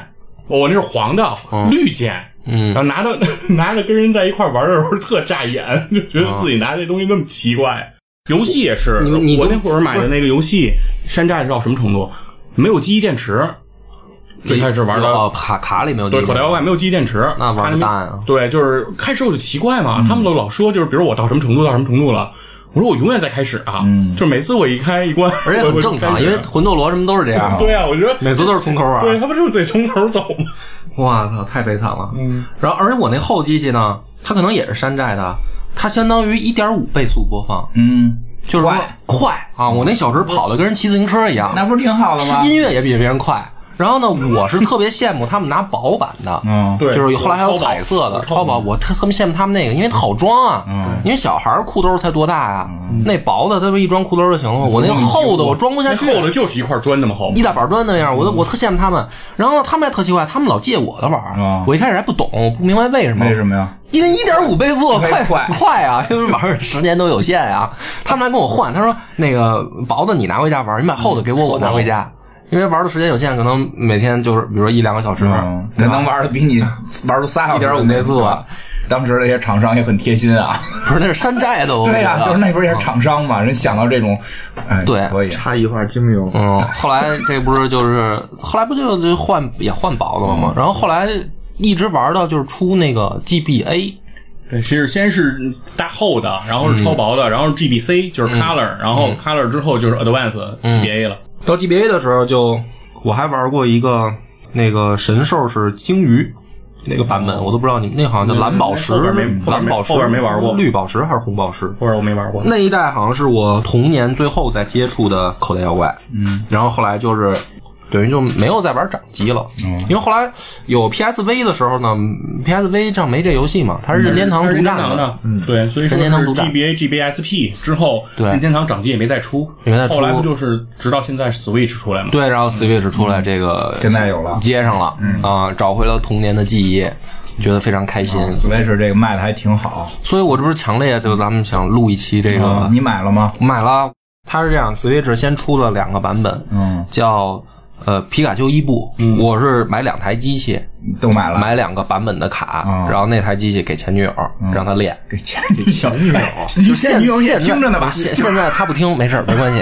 Speaker 4: 哦我那是黄的，绿键。
Speaker 2: 嗯
Speaker 4: 然后拿着 拿着跟人在一块玩的时候特扎眼，就觉得自己拿这东西那么奇怪。游戏也是，
Speaker 2: 哦你你
Speaker 4: 我
Speaker 2: 都
Speaker 4: 那会儿买的那个游戏山寨是到什么程度？没有记忆电池，最开始玩的
Speaker 2: 哦卡卡里没有
Speaker 4: 对，
Speaker 2: 地
Speaker 4: 口
Speaker 2: 方
Speaker 4: 袋妖怪没有记忆电池，
Speaker 2: 那玩
Speaker 4: 的
Speaker 2: 得大呀嗯
Speaker 4: 对，就是开始我就奇怪嘛，他们都老说就是，比如我到什么程度到什么程度了，我说我永远在开始啊，就是每次我一开一关，
Speaker 2: 嗯而且
Speaker 4: 我
Speaker 2: 很
Speaker 4: 就
Speaker 2: 正常，
Speaker 4: 开始
Speaker 2: 因为魂斗罗什么都是这样啊。
Speaker 4: 对啊，我觉得
Speaker 2: 每次都是从头啊玩
Speaker 4: 对，他不就得从头走吗？
Speaker 2: 哇操，太悲惨了。
Speaker 4: 嗯，
Speaker 2: 然后而且我那后机器呢，它可能也是山寨的，它相当于一点五倍速播放，
Speaker 1: 嗯，
Speaker 2: 就是说
Speaker 1: 快嗯
Speaker 2: 快啊！我那小时候跑的跟人骑自行车一样，
Speaker 1: 那不是挺好的吗
Speaker 2: 是？音乐也比别人快。然后呢，我是特别羡慕 他们拿薄版的，
Speaker 1: 嗯，
Speaker 4: 对
Speaker 2: 就是后来还有彩色的超薄，我特特别羡慕他们那个，因为好装啊。
Speaker 1: 嗯
Speaker 2: 因为小孩儿裤兜儿才多大呀，那薄的他不一装裤兜儿就行
Speaker 1: 嗯
Speaker 2: 了吗？我那个厚的我装不下
Speaker 4: 那
Speaker 2: 去，啊
Speaker 4: 厚的就是一块砖那么厚
Speaker 2: 一，大板砖那样，我
Speaker 1: 嗯
Speaker 2: 都我特羡慕他们。然后他们还特奇怪，他们老借我的玩儿
Speaker 1: 啊，
Speaker 2: 我一开始还不懂，我不明白为什么，
Speaker 1: 为什么呀？
Speaker 2: 因为一点五倍速快
Speaker 1: 快
Speaker 2: 快啊，因为玩儿十年都有限啊。他们还跟我换，他说那个薄的你拿回家玩儿，你把厚的给我，我拿回
Speaker 1: 嗯
Speaker 2: 家。因为玩儿的时间有限，可能每天就是比如说一两个小时，
Speaker 1: 嗯，那能玩的比你玩出仨小
Speaker 2: 一
Speaker 1: 时
Speaker 2: 点五倍速啊，
Speaker 1: 当时那些厂商也很贴心啊，
Speaker 2: 不是那是山寨的，我
Speaker 1: 对
Speaker 2: 呀、
Speaker 1: 呀，就是那边也是厂商嘛，人想到这种，哎，
Speaker 2: 哦对
Speaker 1: 可以，
Speaker 3: 差异化经营，
Speaker 2: 嗯，后来这不是就是后来不就就换也换薄的了
Speaker 1: 嗯
Speaker 2: 吗？然后后来一直玩到就是出那个 GBA，嗯
Speaker 4: 对，是先是大厚的，然后是超薄的，然后是 GBC 就是
Speaker 2: 嗯
Speaker 4: Color，然后 Color 之后就是 Advance GBA 了，
Speaker 2: 到 GBA 的时候就我还玩过一个那个神兽是鲸鱼。那个版本我都不知道你们那好像叫蓝宝石
Speaker 4: 后边没，后边
Speaker 2: 蓝
Speaker 4: 没
Speaker 2: 宝石
Speaker 4: 后边没玩过
Speaker 2: 绿宝石还是红宝石？
Speaker 4: 或者我没玩过。
Speaker 2: 那一代好像是我童年最后再接触的口袋妖怪，嗯，然后后来就是等于就没有再玩掌机了，
Speaker 4: 哦
Speaker 2: 嗯，因为后来有 PSV 的时候呢嗯，PSV 上没这游戏嘛，它是任天堂
Speaker 4: 嗯它是
Speaker 2: 独
Speaker 4: 任
Speaker 2: 占
Speaker 4: 天堂
Speaker 2: 的，
Speaker 4: 的，对，所以
Speaker 2: 任
Speaker 4: 说是
Speaker 2: 天堂独占
Speaker 4: GBA、GBSP 之后，
Speaker 2: 对
Speaker 4: 任天堂掌机也没再出，
Speaker 2: 也没再出
Speaker 4: 后来不就是直到现在 Switch 出来嘛？
Speaker 2: 对，然后 Switch 出来这
Speaker 4: 嗯
Speaker 2: 个
Speaker 1: 现在有了
Speaker 2: 接上了，啊，找回了童年的记忆，觉得非常开心，
Speaker 1: Switch 这个卖的还挺好，嗯
Speaker 2: 所以我这不是强烈就咱们想录一期这个
Speaker 1: 啊你买了吗？
Speaker 2: 买了，它是这样，Switch 先出了两个版本，
Speaker 1: 嗯，
Speaker 2: 叫呃皮卡丘伊布，我是买两台机器，
Speaker 1: 都买了，
Speaker 2: 买两个版本的卡，
Speaker 1: 嗯
Speaker 2: 然后那台机器给前女友，让她练。
Speaker 1: 给前女友， 你前女友也
Speaker 2: 现
Speaker 1: 听着呢吧？
Speaker 2: 现现在她不听，没事儿没关系，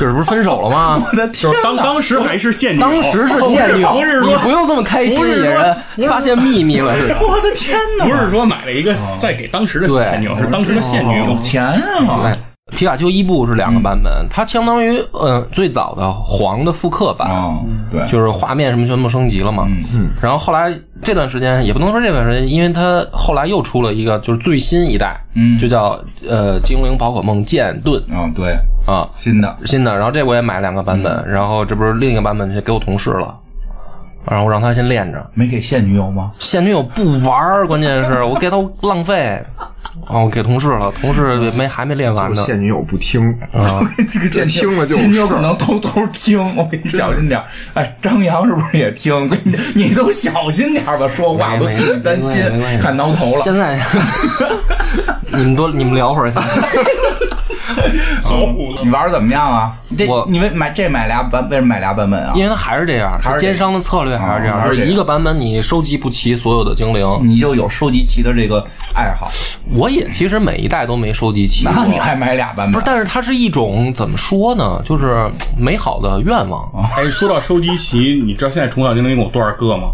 Speaker 2: 就是不是分手了吗？
Speaker 1: 我的天
Speaker 4: 就是当当时还是现女友，哦
Speaker 2: 当时是现女友，
Speaker 4: 不是
Speaker 2: 你
Speaker 4: 说
Speaker 2: 不用这么开心，
Speaker 4: 不是说
Speaker 2: 野人发现秘密了似的。
Speaker 1: 我的天哪！
Speaker 4: 不是说买了一个再给当时的
Speaker 2: 对
Speaker 4: 现女友，是当时的现女友
Speaker 1: 有。钱啊！
Speaker 2: 对，皮卡丘伊布是两个版本，它相当于呃最早的黄的复刻版，
Speaker 1: 啊，对，
Speaker 2: 就是画面什么全部升级了嘛。嗯，然后后来这段时间也不能说这段时间，因为它后来又出了一个就是最新一代，
Speaker 1: 嗯
Speaker 2: 就叫呃精灵宝可梦剑盾
Speaker 1: 啊，对，
Speaker 2: 啊
Speaker 1: 新的
Speaker 2: 新的。然后这我也买两个版本，然后这不是另一个版本就给我同事了。然后让他先练着。
Speaker 1: 没给现女友吗？
Speaker 2: 现女友不玩儿，关键是我给她浪费， 啊，我给同事了，同事没还没练完
Speaker 3: 我
Speaker 2: 呢。
Speaker 3: 现女友不听，
Speaker 2: 嗯
Speaker 1: 这个现
Speaker 3: 听了就
Speaker 1: 现女友
Speaker 3: 有事儿
Speaker 1: 可能偷偷听，我给你小心点儿。哎，张扬是不是也听？ 你你都小心点儿吧，说话都
Speaker 2: 没没
Speaker 1: 担心
Speaker 2: 没关系没关，系
Speaker 1: 看挠头了。
Speaker 2: 现在 你们多你们聊会儿先。
Speaker 1: 你玩的怎么样啊？这
Speaker 2: 我
Speaker 1: 你为买这买俩版，为什么买俩版本啊？
Speaker 2: 因为它还是这样，
Speaker 1: 还是这样
Speaker 2: 奸商的策略还是这
Speaker 1: 哦
Speaker 2: 样，
Speaker 1: 还
Speaker 2: 就是
Speaker 1: 这
Speaker 2: 是
Speaker 1: 样
Speaker 2: 一个版本你收集不齐所有的精灵。
Speaker 1: 你就有收集齐的这个爱好，
Speaker 2: 我也其实每一代都没收集齐过，
Speaker 1: 那你还买俩版本？
Speaker 2: 不是，但是它是一种怎么说呢？就是美好的愿望。
Speaker 4: 哎，说到收集齐，你知道现在虫草精灵一共有多少个吗？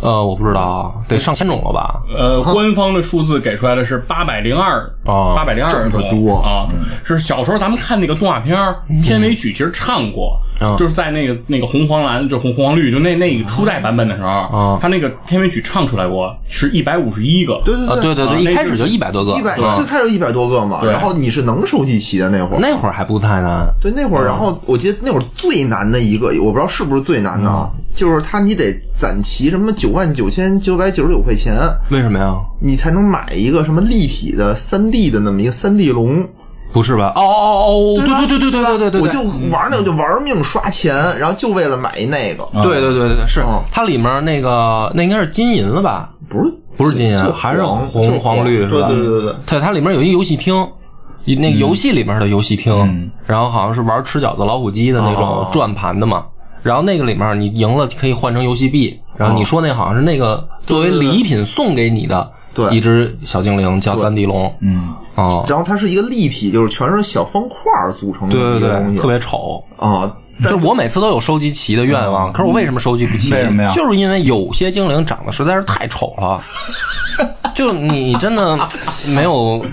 Speaker 2: 呃，我不知道啊，得上千种了吧？
Speaker 4: 呃，官方的数字给出来的是八百零二
Speaker 2: 哦
Speaker 4: 八百零二
Speaker 3: 这么多
Speaker 4: 啊！是小时候咱们看那个动画片儿片尾曲，其实唱过，就是在那个那个红黄蓝，就红红黄绿，就那那个初代版本的时候啊
Speaker 2: 哦，
Speaker 4: 他那个片尾曲唱出来过是一百五十一个，
Speaker 3: 对对
Speaker 2: 啊，对对嗯
Speaker 4: 啊
Speaker 2: 对，一
Speaker 4: 那
Speaker 2: 开
Speaker 4: 就
Speaker 2: 始就一百多个，
Speaker 3: 一百
Speaker 2: 对吧
Speaker 3: 最开始有一百多个嘛，
Speaker 4: 对
Speaker 3: 然后你是能收集齐的那会儿。
Speaker 2: 那会儿还不太难。
Speaker 3: 对，那会儿，然
Speaker 2: 嗯
Speaker 3: 后我记得那会儿最难的一个，我不知道是不是最难的啊，
Speaker 2: 嗯
Speaker 3: 就是它你得攒齐什么九万九千九百九十九块钱，
Speaker 2: 为什么呀？
Speaker 3: 你才能买一个什么立体的三 D 的那么一个三 D 龙。
Speaker 2: 不是吧？哦哦哦哦，
Speaker 3: 吧
Speaker 2: 对对对对
Speaker 3: 吧
Speaker 2: 对对对，
Speaker 3: 我就玩那个，我就玩命刷钱，然后就为了买一那个，
Speaker 2: 对对对对对，是
Speaker 3: 嗯
Speaker 2: 它里面那个那应该是金银了吧？
Speaker 3: 不是
Speaker 2: 不是金银啊
Speaker 3: 就，
Speaker 2: 还是
Speaker 3: 黄
Speaker 2: 红
Speaker 3: 就
Speaker 2: 黄绿是
Speaker 3: 对
Speaker 2: 吧？
Speaker 3: 对对嗯对。
Speaker 2: 对，它里面有一游戏厅，一那个游戏里面的游戏厅，然后好像是玩吃饺子老虎机的那种
Speaker 3: 嗯哦
Speaker 2: 转盘的嘛。然后那个里面你赢了可以换成游戏币，然后你说那好像是那个作为礼品送给你的
Speaker 3: 哦对
Speaker 2: 一只小精灵叫三地龙，
Speaker 1: 嗯，
Speaker 2: 哦，
Speaker 3: 然后它是一个立体，就是全是小方块儿组成的
Speaker 2: 对对
Speaker 3: 一个东
Speaker 2: 对，
Speaker 3: 西
Speaker 2: 特别丑。
Speaker 3: 啊。
Speaker 2: 就
Speaker 3: 但
Speaker 2: 是我每次都有收集齐的愿望，可是我为什么收集不齐？
Speaker 1: 嗯为什么呀
Speaker 2: 就是因为有些精灵长得实在是太丑 了，就你真的 没有，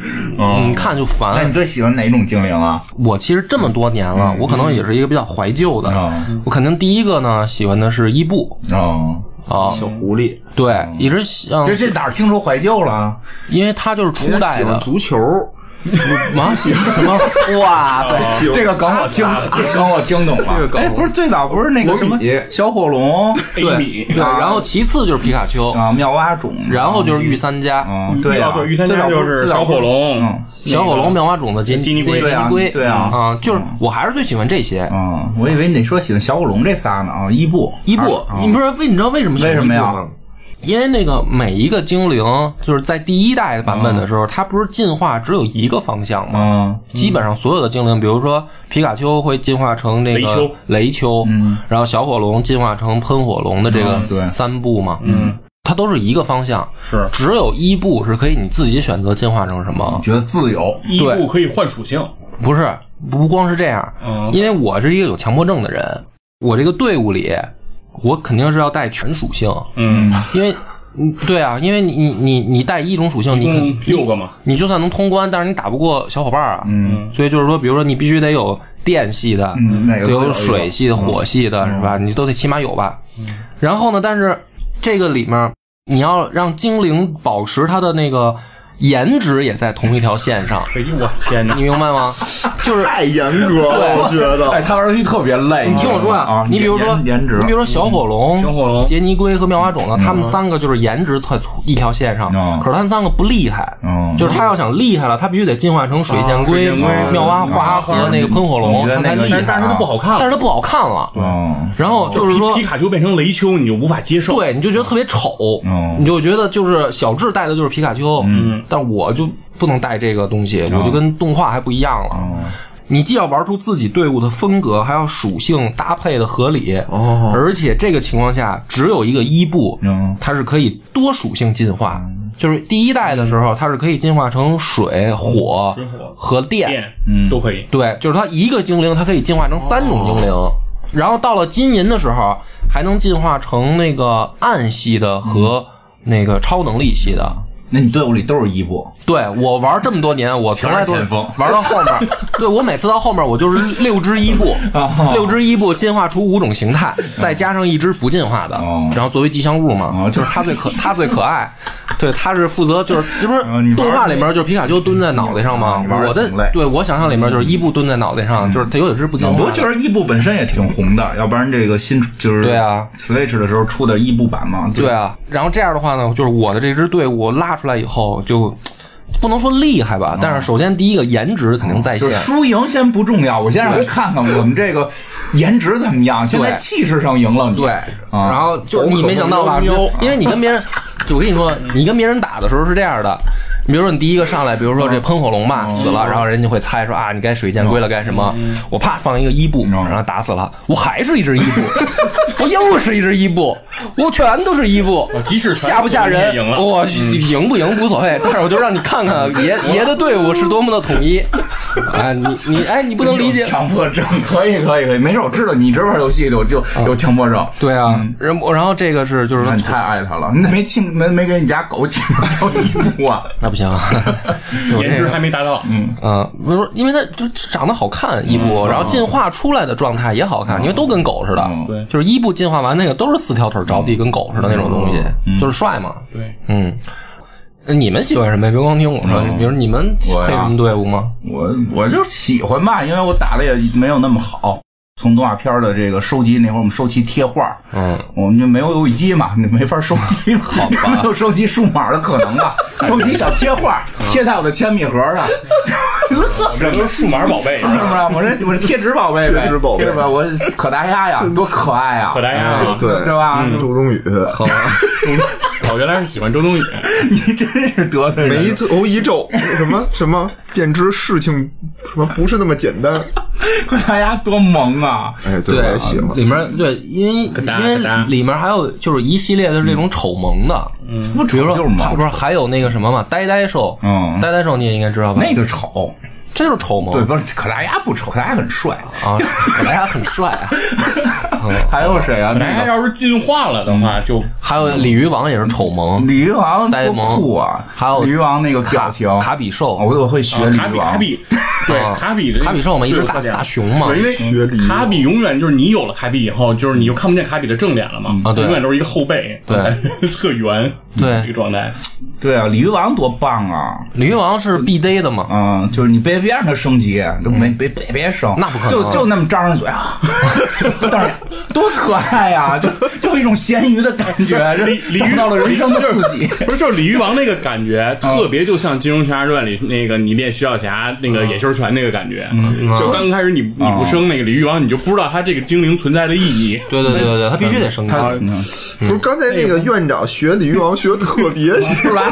Speaker 2: 你看就
Speaker 1: 哦那
Speaker 2: 烦
Speaker 1: 你。最嗯喜欢哪种精灵啊？
Speaker 2: 我其实这么多年了，我可能也是一个比较怀旧的
Speaker 1: 嗯。
Speaker 2: 我肯定第一个呢喜欢的是伊布
Speaker 1: 哦，
Speaker 2: 啊，
Speaker 3: 小狐狸，
Speaker 2: 对，一直像
Speaker 1: 这，这哪儿听出怀旧了？啊
Speaker 2: 因为他就是初
Speaker 3: 人家
Speaker 2: 代
Speaker 3: 喜欢
Speaker 2: 的
Speaker 3: 足球，
Speaker 2: 嘛什么？哇塞！
Speaker 3: 喜欢
Speaker 1: 这个梗我听，这 梗我听懂了。
Speaker 2: 这个梗
Speaker 1: 哎，不是最早不是那个什么
Speaker 3: 国米
Speaker 1: 小火龙
Speaker 4: 一
Speaker 2: 对
Speaker 4: 米
Speaker 2: 对，然后其次就是皮卡丘，
Speaker 1: 啊，妙蛙种，
Speaker 2: 然后就是御三家，
Speaker 1: 嗯，对呀
Speaker 4: 啊，对，御三家就是小火
Speaker 1: 嗯
Speaker 4: 龙，嗯
Speaker 2: 小火龙、，妙蛙种子、金
Speaker 4: 金
Speaker 2: 尼
Speaker 4: 尼龟
Speaker 2: 金
Speaker 1: 对啊
Speaker 2: 尼龟，
Speaker 1: 对啊
Speaker 2: 啊，就是我还是最喜欢这些。
Speaker 1: 嗯，我以为你得说喜欢小火龙这仨呢啊，伊布，
Speaker 2: 伊布，
Speaker 1: 啊
Speaker 2: 你不知道为你知道为什么喜欢伊布
Speaker 1: 为什
Speaker 2: 吗
Speaker 1: 么呀？
Speaker 2: 因为那个每一个精灵，就是在第一代版本的时候，它不是进化只有一个方向吗？
Speaker 1: 嗯，
Speaker 2: 基本上所有的精灵，比如说皮卡丘会进化成那
Speaker 4: 雷
Speaker 2: 个
Speaker 4: 丘
Speaker 2: 雷丘，
Speaker 1: 嗯
Speaker 2: 然后小火龙进化成喷火龙的这个
Speaker 1: 嗯对
Speaker 2: 三步嘛，嗯，它都是一个方向，
Speaker 4: 是
Speaker 2: 只有伊布是可以你自己选择进化成什么，
Speaker 1: 觉得自由，嗯
Speaker 4: 伊
Speaker 2: 对
Speaker 4: 布可以换属性，
Speaker 2: 不是，不光是这样，
Speaker 4: 嗯
Speaker 2: 因为我是一个有强迫症的人，我这个队伍里，我肯定是要带全属性，
Speaker 4: 嗯，
Speaker 2: 因为，嗯对啊，因为你你你你带一种属性，你肯
Speaker 4: 嗯六个嘛，
Speaker 2: 你就算能通关，但是你打不过小伙伴儿啊，
Speaker 1: 嗯，
Speaker 2: 所以就是说，比如说你必须得有电系的，
Speaker 1: 嗯哪个
Speaker 2: 得
Speaker 1: 都有
Speaker 2: 有
Speaker 1: 一个
Speaker 2: 水系
Speaker 4: 嗯
Speaker 2: 的、火系的，是吧？你都得起码有吧。然后呢，但是这个里面你要让精灵保持它的那个颜值也在同一条线上，
Speaker 4: 哎呦我天哪！
Speaker 2: 你明白吗？ 就是
Speaker 3: 太严格了，我觉得。
Speaker 1: 哎，他玩游戏特别累，
Speaker 2: 你听我说
Speaker 1: 啊，
Speaker 2: 你比如说，
Speaker 1: 颜颜值，嗯
Speaker 2: 你比如说小火龙、
Speaker 4: 小火龙
Speaker 2: 杰尼龟和妙蛙种子，他们三个就是颜值在一条线上
Speaker 1: 嗯，
Speaker 2: 可是他们三个不厉害
Speaker 1: 嗯，啊
Speaker 2: 就是他要想厉害了，他必须得进化成水箭龟
Speaker 4: 水箭龟、
Speaker 2: 妙蛙花
Speaker 1: 花
Speaker 2: 和那个喷火
Speaker 1: 你
Speaker 2: 龙，
Speaker 1: 嗯觉得
Speaker 2: 他才
Speaker 1: 那个
Speaker 2: 厉
Speaker 1: 厉
Speaker 2: 害
Speaker 1: 害。
Speaker 4: 但是它不好看
Speaker 2: 但
Speaker 4: 了，
Speaker 2: 是他不好看了，
Speaker 1: 嗯，
Speaker 2: 然后就是
Speaker 4: 皮
Speaker 2: 说
Speaker 4: 皮。卡丘变成雷丘，你就无法接受。
Speaker 2: 对，你就觉得特别丑，
Speaker 1: 嗯
Speaker 2: 你就觉得就是小智带的就是皮卡丘，嗯，但我就不能带这个东西，我就跟动画还不一样了。你既要玩出自己队伍的风格，还要属性搭配的合理，
Speaker 3: 哦
Speaker 2: 而且这个情况下只有一个伊布，
Speaker 1: 嗯
Speaker 2: 它是可以多属性进化。就是第一代的时候，它是可以进化成水、火
Speaker 4: 火
Speaker 2: 和电，
Speaker 4: 电嗯都可以，
Speaker 2: 对，就是它一个精灵，它可以进化成三种精灵，然后到了金银的时候，还能进化成那个暗系的和那个超能力系的。
Speaker 1: 那你队伍里都是伊布，
Speaker 2: 对我玩这么多年，我从来都
Speaker 1: 全是前锋
Speaker 2: 玩到 后面，对我每次到后面我就是六只伊布，
Speaker 1: 哦
Speaker 2: 六只伊布进化出五种形态，再加上一只不进化的
Speaker 1: 嗯哦，
Speaker 2: 然后作为吉祥物嘛
Speaker 1: 哦，
Speaker 2: 就是 他最可他最可爱，对，他是负责就是这不是
Speaker 1: 哦你玩
Speaker 2: 动画
Speaker 1: 这
Speaker 2: 里面就是皮卡丘蹲在脑袋上吗
Speaker 1: 你玩？
Speaker 2: 我在
Speaker 1: 挺累嗯
Speaker 2: 对我想象里面就是伊布蹲在脑袋上，就是他有点是不进
Speaker 1: 我
Speaker 2: 化
Speaker 1: 不
Speaker 2: 的，
Speaker 1: 觉得伊布 E 本身也挺红的，要不然这个新就是
Speaker 2: 对啊
Speaker 1: ，Switch 的时候出的伊布版嘛，
Speaker 2: 对啊，然后这样的话呢，就是我的这支队伍拉出来以后就。不能说厉害吧，但是首先第一个颜值肯定在
Speaker 1: 哦就
Speaker 2: 线
Speaker 1: 是，输赢先不重要，我先让你看看我们这个颜值怎么样。现在气势上赢了你，
Speaker 2: 对，然
Speaker 1: 啊，
Speaker 2: 后就是你没想到吧？
Speaker 3: 狗可不
Speaker 4: 啊
Speaker 2: 就因为你跟别人，就我跟你说，你跟别人打的时候是这样的。你比如说，你第一个上来，比如说这
Speaker 4: 嗯
Speaker 2: 喷火龙吧，死了，然后人家会猜说啊，你该水箭龟了，该什么？
Speaker 4: 嗯
Speaker 2: 我啪放一个伊布，然后打死了，我还是一只伊布， 我又是一只伊布，我全都是伊布
Speaker 4: 哦，即使全
Speaker 2: 吓不吓人
Speaker 4: 死你也赢？了嗯
Speaker 2: 我赢不赢无所谓，但是我就让你看看 爷爷的队伍是多么的统一。啊，你你哎，你不能理解
Speaker 1: 有，强迫症，可以可以可以，没事，我知道你一直玩游戏的，我就有强迫症。
Speaker 2: 对啊，
Speaker 4: 嗯
Speaker 2: 然后然后这个是就是说
Speaker 1: 那你太爱他了，你没亲没没给你家狗请到伊布啊？
Speaker 2: 那不行啊，我
Speaker 4: 颜
Speaker 2: 这
Speaker 4: 值
Speaker 2: 个
Speaker 4: 还没达到，嗯，
Speaker 2: 啊，不是，因为它就长得好看，伊布，然后进化出来的状态也好看，因为都跟狗似的
Speaker 1: 嗯，
Speaker 4: 对
Speaker 2: 就是伊布进化完那个都是四条腿着地，跟狗似的那种东西，就是帅嘛，
Speaker 4: 对，
Speaker 2: 嗯。那你们喜欢什么呀？别光听我说，比如你们
Speaker 1: 我呀
Speaker 2: 配什么队伍吗？
Speaker 1: 我我就喜欢吧，因为我打的也没有那么好。从动画片的这个收集那会儿，我们收集贴画，
Speaker 2: 嗯，
Speaker 1: 我们就没有游戏机嘛，你 没法收集，好吧？没有收集数码的可能啊吧？ 收集小贴 画，贴在我的铅笔盒上，
Speaker 4: 这都是数码宝贝，
Speaker 1: 是不是？啊我这我这贴纸宝贝呗，
Speaker 3: 贴纸宝贝
Speaker 1: 对吧？我可达鸭 呀，多可爱呀，
Speaker 4: 可达鸭啊
Speaker 3: 对
Speaker 1: 对嗯吧？
Speaker 3: 嗯
Speaker 2: 嗯
Speaker 3: 周冬雨，
Speaker 4: 我哦原来是喜欢周冬 雨，
Speaker 1: 你真是得罪人
Speaker 3: 眉
Speaker 1: 了。
Speaker 3: 头一皱，什么什么，便知事情什么不是那么简单。
Speaker 1: 可达鸭多萌啊！
Speaker 3: 哎，对，我也喜欢。
Speaker 2: 里面对，因为
Speaker 4: 哒
Speaker 2: 因为
Speaker 4: 咯哒
Speaker 2: 嗯里面还有就是一系列的这种丑萌的，
Speaker 4: 嗯
Speaker 1: 不
Speaker 2: 比
Speaker 1: 丑
Speaker 2: 如说
Speaker 1: 就是
Speaker 2: 还
Speaker 1: 萌
Speaker 2: 不，是还有那个什么嘛，呆呆兽，
Speaker 1: 嗯
Speaker 2: 呆呆兽你也应该知道吧？
Speaker 1: 那个丑，
Speaker 2: 这就是丑萌，
Speaker 1: 对，不是可达鸭不丑，可达鸭很帅。
Speaker 2: 啊，可达鸭很帅啊。
Speaker 1: 还有谁啊？
Speaker 4: 可达
Speaker 1: 那
Speaker 4: 鸭
Speaker 1: 个
Speaker 4: 哎要是进化了的话，就
Speaker 2: 还有鲤鱼王也是丑萌，
Speaker 1: 鲤鱼王
Speaker 2: 呆
Speaker 1: 多
Speaker 2: 萌
Speaker 1: 酷啊！
Speaker 2: 还有
Speaker 1: 鲤鱼王那个表
Speaker 2: 卡
Speaker 1: 情，哦
Speaker 2: 卡比兽，
Speaker 1: 我我会学
Speaker 4: 啊
Speaker 2: 嗯
Speaker 1: 鲤
Speaker 4: 卡
Speaker 1: 鱼
Speaker 4: 比
Speaker 1: 王
Speaker 4: 卡。比，对卡比的
Speaker 2: 卡比兽嘛，一只
Speaker 4: 直
Speaker 2: 大大熊嘛，嗯
Speaker 4: 对，因为卡比永远就是你有了卡比以后，就是你就看不见卡比的正脸了嘛，
Speaker 2: 啊对
Speaker 4: 永远都是一个后背，啊
Speaker 2: 对，
Speaker 4: 特圆，
Speaker 2: 对
Speaker 4: 一个状态，
Speaker 1: 对啊，鲤鱼王多棒啊！
Speaker 2: 鲤鱼王是必逮的嘛，
Speaker 1: 嗯，就是你别别让他升级，就没别别别升，
Speaker 2: 嗯那不可能
Speaker 1: 就就那么张着嘴啊， 当然多可爱呀、就就有一种咸鱼的感觉，
Speaker 4: 鲤
Speaker 1: 就
Speaker 4: 鲤
Speaker 1: 找
Speaker 4: 鱼
Speaker 1: 到了人生的
Speaker 4: 就
Speaker 1: 自己。
Speaker 4: 是不是就是鲤鱼王那个感觉，
Speaker 2: 嗯
Speaker 4: 特别就像《金庸群侠传》里那个你练徐小霞那个野兽拳那个感觉，
Speaker 2: 嗯
Speaker 4: 就刚开始你你不生那个鲤鱼王，你就不知道它这个精灵存在的意义。
Speaker 2: 对对对对对，嗯他必须得升级。
Speaker 1: 嗯
Speaker 3: 不是刚才那个院长学鲤鱼王学 特别喜
Speaker 1: 是吧？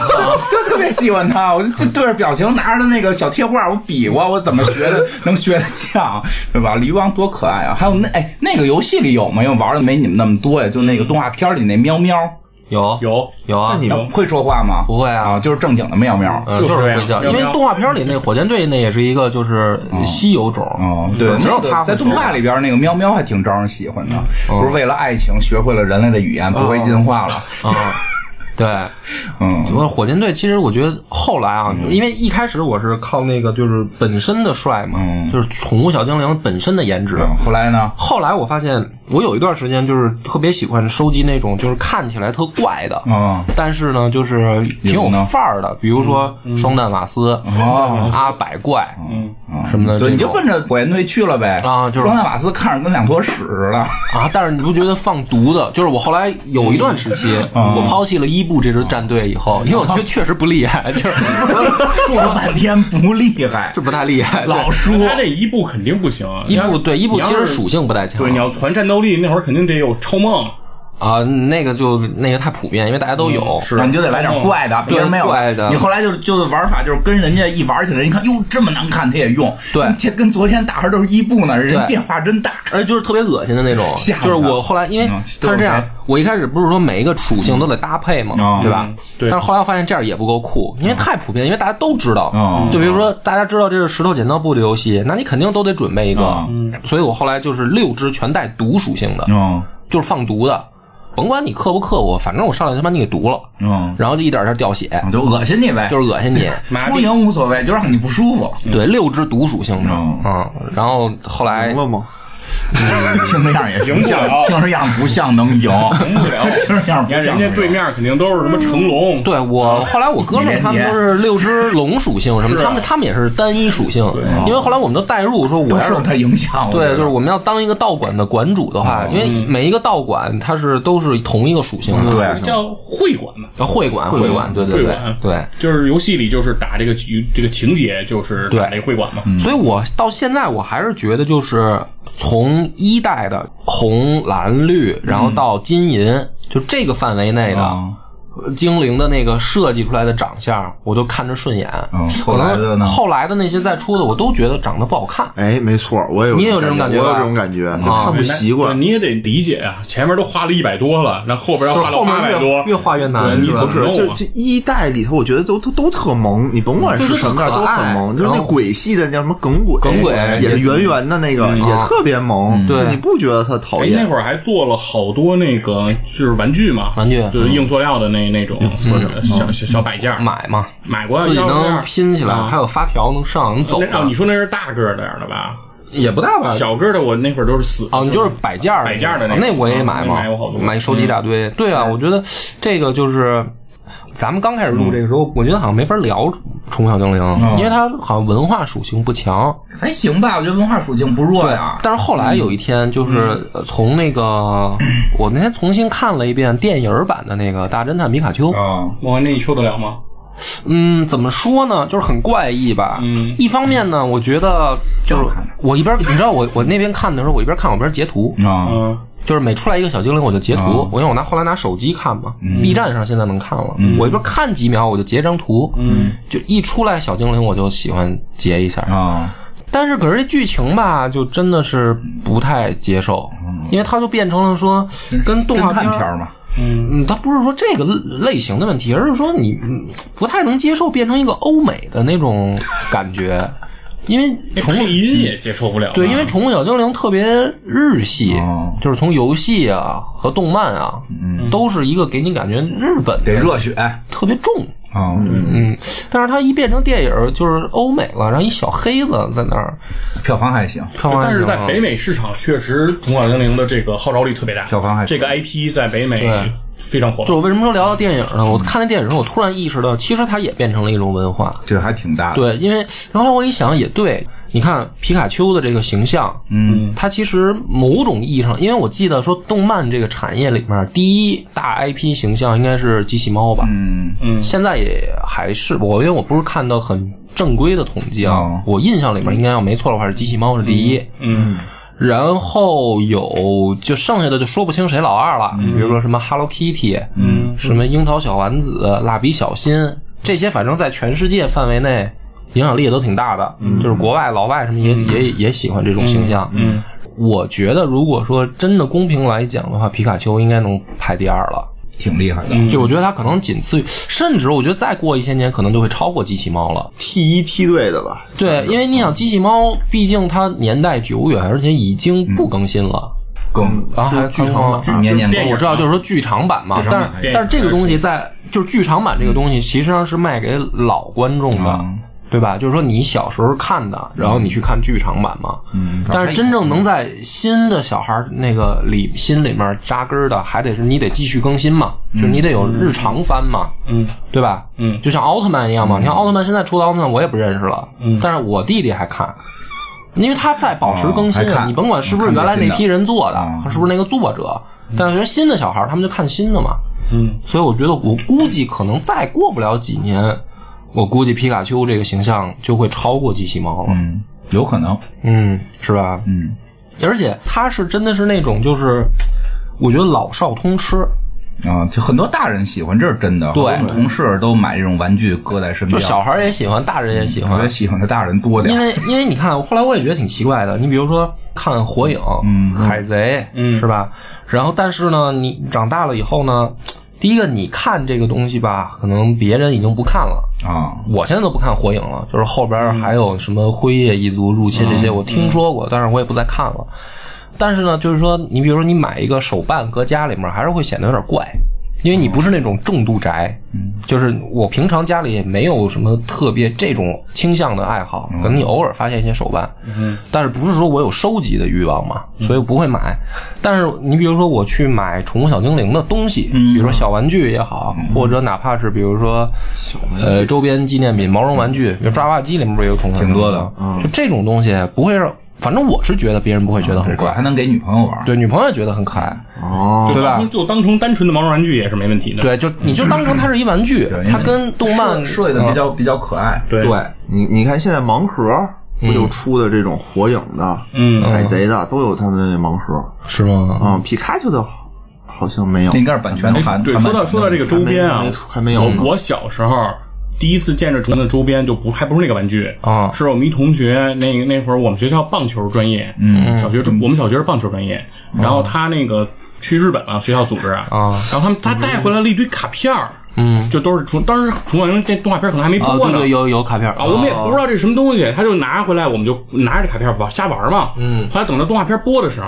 Speaker 1: 就特别喜欢他，我就就对着表情，拿着那个小贴画，我比划，我怎么学的能学得像，对吧？驴王多可爱啊！还有那哎，那个游戏里有吗？因为玩的没你们那么多呀，就那个动画片里那喵喵，
Speaker 2: 有
Speaker 4: 有
Speaker 2: 有啊
Speaker 3: 欢，你
Speaker 1: 呃
Speaker 3: 们
Speaker 1: 会说话吗？
Speaker 2: 不会啊
Speaker 1: 就是正经的喵喵。
Speaker 2: 嗯，
Speaker 4: 就
Speaker 2: 就是是
Speaker 4: 这样
Speaker 2: 会叫，因
Speaker 4: 要不
Speaker 2: 为
Speaker 4: 要
Speaker 2: 动画片里那火箭队那也是一个就是稀有种，
Speaker 1: 哦，对，
Speaker 2: 嗯只有
Speaker 1: 那个
Speaker 2: 他会嗯
Speaker 1: 在动画里边那个喵喵还挺招人喜欢的，不是为了爱情学会了人类的语言，不会进化了。
Speaker 2: 啊，对。
Speaker 1: 嗯，
Speaker 2: 我火箭队其实我觉得后来啊，因为一开始我是靠那个就是本身的帅嘛，
Speaker 1: 嗯
Speaker 2: 就是宠物小精灵本身的颜值。
Speaker 1: 嗯后来呢？
Speaker 2: 后来我发现，我有一段时间就是特别喜欢收集那种就是看起来特怪的，
Speaker 1: 嗯
Speaker 2: 但是呢就是挺有范儿的，比如说双蛋瓦斯、
Speaker 1: 嗯哦
Speaker 2: 阿百怪，
Speaker 1: 嗯，
Speaker 2: 什么的
Speaker 1: 所以你
Speaker 2: 这
Speaker 1: 就
Speaker 2: 种
Speaker 1: 奔着火焰队去了呗。
Speaker 2: 啊就是
Speaker 1: 双蛋瓦斯看着跟两坨屎似的。
Speaker 2: 啊，但是你不觉得放毒的？就是我后来有一段时期，
Speaker 1: 嗯
Speaker 2: 我抛弃了伊布这支战队以后，因为我觉得确实不厉害，就是
Speaker 1: 说了半天不厉害，
Speaker 2: 就不太厉害，对
Speaker 1: 老输。
Speaker 4: 他这一步肯定不行，啊
Speaker 2: 伊布对伊布
Speaker 4: 你要
Speaker 2: 其
Speaker 4: 是
Speaker 2: 实属性不太强，
Speaker 4: 对，你要传战斗力，那会儿肯定得有超梦，
Speaker 2: 啊，那个就那个太普遍，因为大家都有，
Speaker 4: 是
Speaker 1: 那你就得来点怪的，
Speaker 2: 对
Speaker 1: 别人没有
Speaker 2: 嗯怪的
Speaker 1: 你后来就就是玩法，就是跟人家一玩起来，你看哟这么难看，他也用。
Speaker 2: 对
Speaker 1: 你这跟昨天打的都是伊布呢，人家
Speaker 2: 对
Speaker 1: 变化真大。
Speaker 2: 而且就是特别恶心的那种
Speaker 1: 吓，人
Speaker 2: 就是我后来因为
Speaker 1: 嗯
Speaker 2: 它是这
Speaker 1: 都
Speaker 2: 样
Speaker 1: 有谁，
Speaker 2: 我一开始不是说每一个属性都得搭配嘛
Speaker 1: 嗯，
Speaker 2: 对吧
Speaker 4: 嗯？对
Speaker 2: 但是后来我发现这样也不够酷，因为太普遍，因为大家都知道
Speaker 1: 嗯。
Speaker 2: 就比如说大家知道这是石头剪刀布的游戏，那你肯定都得准备一个。所以我后来就是六只全带毒属性的，
Speaker 1: 嗯，
Speaker 2: 就是放毒的。甭管你克不克我，反正我上来就把你给毒了，
Speaker 1: 嗯，
Speaker 2: 然后就一点点掉血，
Speaker 1: 我就恶心你呗，
Speaker 2: 就是恶心你。
Speaker 1: 输赢无所谓，就让你不舒服。
Speaker 2: 对，六只毒属性的，
Speaker 1: 嗯
Speaker 2: 嗯，然后后来
Speaker 3: 赢了吗？
Speaker 1: 听着样也
Speaker 4: 赢不了
Speaker 1: 听着样不像能赢，
Speaker 4: 赢不 了。
Speaker 1: 听着样
Speaker 4: 你
Speaker 1: 不
Speaker 4: 看
Speaker 1: 像能
Speaker 4: 人
Speaker 1: 赢
Speaker 4: 家对面肯定都是什么成龙，
Speaker 2: 嗯对我后来我哥们儿他们都是六只龙属性什么，
Speaker 4: 是啊
Speaker 2: 他们他们也是单一属性，因为后来我们都代入说我
Speaker 1: 都
Speaker 2: 要是
Speaker 1: 受他影响。
Speaker 2: 对，
Speaker 1: 觉得
Speaker 2: 就是我们要当一个道馆的馆主的话，因为每一个道馆它是都是同一个属性的，
Speaker 1: 对
Speaker 4: 叫会馆嘛，
Speaker 2: 啊，会馆会馆，对对
Speaker 4: 会
Speaker 2: 对
Speaker 4: 馆
Speaker 2: 对。
Speaker 4: 就是游戏里就是打这个局这个情节，就是打
Speaker 2: 对
Speaker 4: 这个会馆嘛。
Speaker 1: 嗯
Speaker 2: 所以我到现在我还是觉得，就是从一代的红蓝绿，然后到金银，就这个范围内的。
Speaker 1: 嗯
Speaker 2: 呃精灵的那个设计出来的长相，我就看着顺眼。
Speaker 1: 嗯
Speaker 2: 可
Speaker 1: 后来的
Speaker 2: 能
Speaker 1: 呢
Speaker 2: 后来的那些再出的，我都觉得长得不好看。
Speaker 3: 哎，没错，我也有
Speaker 2: 你也有这种感觉
Speaker 3: 我有
Speaker 2: 吧
Speaker 3: 这种感觉，
Speaker 2: 啊
Speaker 3: 看不嗯习惯
Speaker 4: 对。你也得理解啊，前面都花了一百多了，那后边要
Speaker 2: 就是
Speaker 4: 花到
Speaker 2: 后面
Speaker 4: 八百
Speaker 2: 越
Speaker 4: 多，
Speaker 2: 越画越难
Speaker 4: 对你
Speaker 2: 是吧
Speaker 4: 怎
Speaker 3: 不
Speaker 4: 么
Speaker 3: 是，
Speaker 4: 弄
Speaker 3: 就
Speaker 4: 啊
Speaker 3: 就一代里头，我觉得都都都特萌，你甭管是什么样，
Speaker 2: 就是特
Speaker 3: 都
Speaker 2: 可
Speaker 3: 很
Speaker 2: 爱
Speaker 3: 萌。就是那
Speaker 2: 然后
Speaker 3: 鬼系的那叫什么耿鬼，哎
Speaker 2: 耿鬼嗯啊
Speaker 3: 也是圆圆的那个，也特别萌。
Speaker 2: 对
Speaker 3: 你不觉得它讨
Speaker 4: 哎，
Speaker 3: 厌
Speaker 4: 那？会儿还做了好多那个就是玩具嘛，
Speaker 2: 玩具嗯
Speaker 4: 就是硬塑料的那那种小小小摆件儿，
Speaker 2: 买嘛，
Speaker 4: 买过
Speaker 2: 自己能拼起来，
Speaker 4: 啊
Speaker 2: 还有发条能上能走
Speaker 4: 那
Speaker 2: 的。
Speaker 4: 哦，你说那是大个儿的样的吧？
Speaker 2: 也不大吧？
Speaker 4: 小个儿的我那会儿都是死
Speaker 2: 哦，你就是摆件儿，
Speaker 4: 摆件儿的那个
Speaker 2: 那我也买嘛
Speaker 4: 嗯那买过好，多
Speaker 2: 买收集一大堆。对啊，我觉得这个就是。咱们刚开始
Speaker 4: 嗯
Speaker 2: 录这个时候，我觉得好像没法聊《宠物小精灵》因为它好像文化属性不强。
Speaker 1: 还行吧，我觉得文化属性不弱呀。
Speaker 2: 但是后来
Speaker 4: 嗯
Speaker 2: 有一天，就是呃从那个、 我那天重新看了一遍电影版的那个《大侦探皮卡丘》，
Speaker 1: 啊，
Speaker 4: 我那你受得了吗？
Speaker 2: 嗯，怎么说呢，就是很怪异吧。
Speaker 4: 嗯
Speaker 2: 一方面呢，我觉得就是
Speaker 1: 看的
Speaker 2: 我一边你知道我我那边看的时候，我一边看我一边截图，
Speaker 1: 啊，
Speaker 4: 嗯，
Speaker 2: 就是每出来一个小精灵，我就截图，我因为我拿后来拿手机看嘛、b 站上现在能看了，我一边看几秒我就截张图，嗯，就一出来小精灵我就喜欢截一下，
Speaker 4: 嗯
Speaker 1: 啊，
Speaker 2: 但是可是这剧情吧，就真的是不太接受，因为它就变成了说跟动画
Speaker 1: 侦探
Speaker 2: 片
Speaker 1: 片
Speaker 2: 儿
Speaker 1: 儿嘛，
Speaker 2: 嗯，它不是说这个类型的问题，而是说你嗯不太能接受变成一个欧美的那种感觉，因为
Speaker 4: 那
Speaker 2: 宠物
Speaker 4: 配音也接受不了。啊
Speaker 2: 对，因为《宠物小精灵》特别日系，
Speaker 4: 嗯
Speaker 1: 哦
Speaker 2: 就是从游戏啊和动漫啊，都是一个给你感觉日本
Speaker 1: 得
Speaker 2: 的
Speaker 1: 热血啊，
Speaker 2: 特别重，
Speaker 1: 嗯
Speaker 2: 嗯，但是它一变成电影儿就是欧美了，然后一小黑子在那儿，
Speaker 1: 票房还行，
Speaker 2: 看完
Speaker 4: 但是在北
Speaker 2: 美
Speaker 4: 美市场确实《宠物小精灵》的这个号召力特别大，
Speaker 1: 票房还
Speaker 4: 这个 IP 在北美
Speaker 2: 对
Speaker 4: 非常火
Speaker 2: 就。是我为什么说聊到电影呢？我看那电影的时候，我突然意识到，其实它也变成了一种文化。
Speaker 1: 这还挺大的。
Speaker 2: 对，因为然后我一想也对，你看皮卡丘的这个形象，嗯，它其实某种意义上，因为我记得说动漫这个产业里面第一大 IP 形象应该是机器猫吧，
Speaker 1: 嗯，
Speaker 2: 现在也还是我，因为我不是看到很正规的统计啊，
Speaker 1: 哦
Speaker 2: 我印象里面应该要没错的话是机器猫是第一，
Speaker 4: 嗯，
Speaker 2: 然后有就剩下的就说不清谁老二了，比如说什么 Hello Kitty，嗯，什么樱桃小丸子、蜡笔小新这些，反正在全世界范围内影响力也都挺大的，就是国外老外什么也、也也喜欢这种形象，嗯我觉得，如果说真的公平来讲的话，皮卡丘应该能排第二了。
Speaker 1: 挺厉害的。
Speaker 4: 嗯
Speaker 2: 就我觉得它可能仅次于，甚至我觉得再过一些年，可能就会超过机器猫了。
Speaker 3: ？T 一梯队的吧？
Speaker 2: 对，因为你想，机器猫毕竟它年代久远，而且已经不更新了。
Speaker 1: 更
Speaker 2: 然后还有
Speaker 3: 剧场版
Speaker 1: 年年
Speaker 4: 啊电影
Speaker 2: 我知道，就是说剧场版嘛，但
Speaker 1: 版
Speaker 2: 是
Speaker 4: 电影
Speaker 2: 但是这个东西在就是剧场版这个东西，其实上是卖给老观众的。对吧？就是说你小时候看的，然后你去看剧场版嘛。嗯。但是真正能在新的小孩儿那个里心里面扎根儿的，还得是你得继续更新嘛，就是你得有日常番嘛。嗯。对吧？嗯。就像奥特曼一样嘛，你看奥特曼现在出的奥特曼我也不认识了，嗯，但是我弟弟还看，因为他在保持更新
Speaker 1: 哦还
Speaker 2: 啊，
Speaker 1: 看
Speaker 2: 你甭管是不是原来那批人做的，
Speaker 1: 嗯
Speaker 2: 是不是那个作者，但是觉得新的小孩儿他们就看新的嘛，嗯，所以我觉得我估计可能再过不了几年，我估计皮卡丘这个形象就会超过机器猫了，
Speaker 1: 嗯，有可能。
Speaker 2: 嗯，是吧？
Speaker 1: 嗯，
Speaker 2: 而且他是真的是那种就是，我觉得老少通吃，
Speaker 1: 啊，就很多大人喜欢，这是真的。
Speaker 2: 对
Speaker 1: 我们同事都买这种玩具搁在身
Speaker 2: 就
Speaker 1: 边，
Speaker 2: 小孩儿也喜欢，大人也喜
Speaker 1: 我
Speaker 2: 欢
Speaker 1: 觉得，喜欢的大人多点
Speaker 2: 因
Speaker 1: 儿。
Speaker 2: 为因为你看，后来我也觉得挺奇怪的。你比如说看《火影》、海贼》，是吧？然后但是呢，你长大了以后呢，第一个你看这个东西吧，可能别人已经不看了。
Speaker 1: 啊，
Speaker 2: 我现在都不看《火影》了，就是后边还有什么辉夜一族入侵这些，我听说过，但是我也不再看了。但是呢，就是说，你比如说你买一个手办搁家里面，还是会显得有点怪。因为你不是那种重度宅，
Speaker 1: 嗯
Speaker 2: 就是我平常家里也没有什么特别这种倾向的爱好，
Speaker 1: 嗯
Speaker 2: 可能你偶尔发现一些手办，但是不是说我有收集的欲望嘛，
Speaker 1: 嗯
Speaker 2: 所以不会买。但是你比如说我去买宠物小精灵的东西，
Speaker 1: 嗯
Speaker 2: 比如说小玩具也好，或者哪怕是比如说呃周边纪念品、毛绒玩具，比如抓娃娃机里面不是也有宠物小精
Speaker 1: 嗯
Speaker 2: 灵
Speaker 1: 多的，嗯
Speaker 2: 就这种东西不会让，反正我是觉得别人不会觉得很
Speaker 1: 对，
Speaker 2: 怪，
Speaker 1: 还能给女朋友玩。
Speaker 2: 对女朋友也觉得很可爱，
Speaker 3: 哦，
Speaker 2: 对吧
Speaker 4: 当成就当成单纯的毛绒玩具也是没问题的。
Speaker 2: 对，就你就当成它是一玩具，它跟动漫嗯
Speaker 1: 设计的比较比较可爱。
Speaker 4: 对
Speaker 2: 对，
Speaker 3: 你你看现在盲盒不
Speaker 2: 嗯
Speaker 3: 就出的这种火影的、
Speaker 4: 嗯，
Speaker 3: 海贼的都有它的那盲盒
Speaker 2: 是吗？
Speaker 3: 啊、皮卡丘的好好像没有
Speaker 1: 那，应该是版权含。
Speaker 4: 哎对，
Speaker 1: 含版
Speaker 4: 说到
Speaker 1: 权
Speaker 4: 说到这个周边啊
Speaker 3: 还没，还没有呢
Speaker 4: 我我小时候第一次见着竹子的周边，就不还不是那个玩具
Speaker 2: 啊
Speaker 4: 是我们一同学那个那会儿我们学校棒球专业，嗯，小学我们小学是棒球专业，然后他那个去日本了，学校组织啊，然后他们他带回来了一堆卡片儿，嗯，就都是虫，当时虫王这动画片可能还没
Speaker 2: 啊，
Speaker 4: 播
Speaker 2: 对
Speaker 4: 呢，
Speaker 2: 对，有有卡片
Speaker 4: 啊，我们也不知道这是什么东西，他就拿回来，我们就拿着这卡片玩瞎玩嘛。嗯，后来等到动画片播的时候，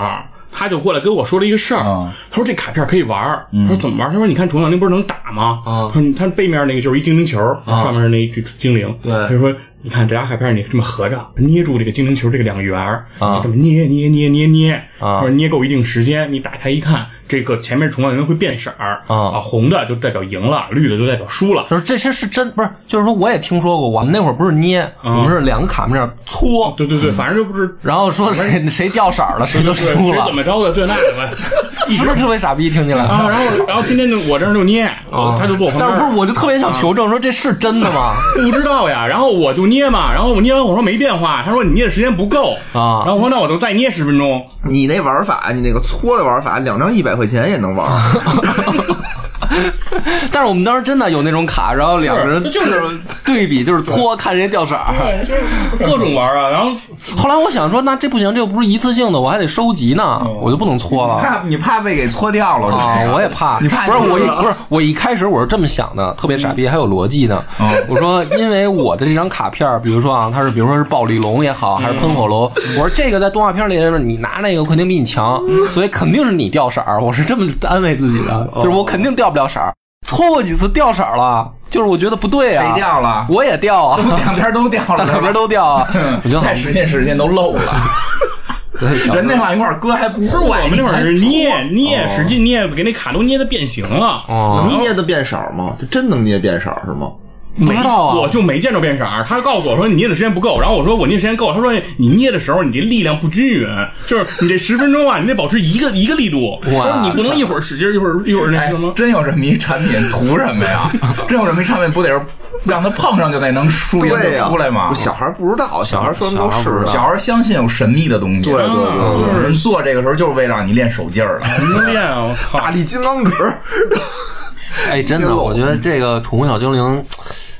Speaker 4: 他就过来跟我说了一个事儿，他说这卡片可以玩儿，他说怎么玩儿？他说你看《虫小精灵》不是能打吗？啊，他说你看背面那个就是一精灵球，上面是那一只精灵，
Speaker 2: 对
Speaker 4: 他就说。你看这俩卡片，你这么合着捏住这个精灵球这个两圆儿，就这么捏捏捏捏捏，
Speaker 2: 啊
Speaker 4: 或者捏够一定时间，你打开一看，这个前面虫小精灵会变色儿
Speaker 2: 啊
Speaker 4: 红的就代表赢了，绿的就代表输了，
Speaker 2: 就是这些是真不是，就是说我也听说过，我们那会儿不是捏，
Speaker 4: 嗯
Speaker 2: 我们是两个卡面搓，
Speaker 4: 对对对，反正就不是
Speaker 2: 然后说谁谁掉色儿了，谁就
Speaker 4: 对，
Speaker 2: 输
Speaker 4: 谁
Speaker 2: 了
Speaker 4: 怎，么着的这那的吧，一
Speaker 2: 是
Speaker 4: 直
Speaker 2: 不是特别傻逼？听起来，
Speaker 4: 啊，然后然后天天就我这儿就捏，我他就坐我旁
Speaker 2: 哦但
Speaker 4: 边
Speaker 2: 是
Speaker 4: 儿，
Speaker 2: 不是我就特别
Speaker 4: 啊
Speaker 2: 想求证，说这是真的 吗？
Speaker 4: 不知道呀，然后我就捏嘛，然后我捏完我说没变化，他说你捏的时间不够
Speaker 2: 啊
Speaker 4: 然后我说那我就再捏十分钟，
Speaker 3: 你那玩法，你那个搓的玩法，两张一百块钱也 能玩。
Speaker 2: 但是我们当时真的有那种卡，然后两个人
Speaker 4: 是就是
Speaker 2: 对比，就是搓看谁掉色儿。
Speaker 4: 对，就是各种玩儿啊，然后
Speaker 2: 后来我想说，那这不行，这又不是一次性的，我还得收集呢，我就不能搓了。
Speaker 1: 怕哦你怕被给搓掉了
Speaker 2: 啊，我也怕，
Speaker 1: 你怕
Speaker 2: 不是
Speaker 1: 你
Speaker 2: 我
Speaker 1: 是
Speaker 2: 一
Speaker 1: 吧
Speaker 2: 不是我一开始我是这么想的，特别傻逼，还有逻辑呢。
Speaker 1: 嗯
Speaker 2: 我说，因为我的这张卡片儿，比如说啊，它是比如说是暴力龙也好，
Speaker 1: 嗯
Speaker 2: 还是喷火龙，我说这个在动画片里面你拿那个肯定比你强，
Speaker 1: 嗯
Speaker 2: 所以肯定是你掉色儿，我是这么安慰自己的，
Speaker 1: 哦
Speaker 2: 就是我肯定掉不了色儿，搓过几次掉色儿了，就是我觉得不对啊，
Speaker 1: 谁掉了
Speaker 2: 我也掉啊，
Speaker 1: 两边都掉了，
Speaker 2: 两边都 掉啊，我觉得好
Speaker 1: 再使劲使劲都漏了。人那往一块儿搁还不
Speaker 4: 不是
Speaker 1: 坏，
Speaker 4: 我们那会儿是
Speaker 1: 你还
Speaker 4: 捏捏使劲捏，给那卡都捏的变形了，
Speaker 2: 哦，
Speaker 3: 能捏的变色吗？这真能捏变色是吗？
Speaker 4: 没
Speaker 2: 知道啊
Speaker 4: 我就没见着变色儿。他告诉我说你捏的时间不够，然后我说我捏时间够，他说你捏的时候你这力量不均匀，就是你这十分钟啊，你得保持一个一个力度，
Speaker 2: 哇
Speaker 4: 他说你不能一会儿使劲儿一会儿一会儿那
Speaker 1: 哎
Speaker 4: 什么，。
Speaker 1: 真有这么一产品，图什么呀？真有这么一产品，不得是让他碰上就得能输赢
Speaker 3: 对呀、
Speaker 1: 就出来吗
Speaker 3: 不？小孩不知道，小孩说什么都是的。
Speaker 1: 小孩儿相信有神秘的东西，
Speaker 3: 对对对
Speaker 1: 有人做这个时候就是为了让你练手劲儿的。
Speaker 4: 能练啊！我靠
Speaker 3: 大力金刚指，
Speaker 2: 哎，真的，我觉得这个《宠物小精灵》，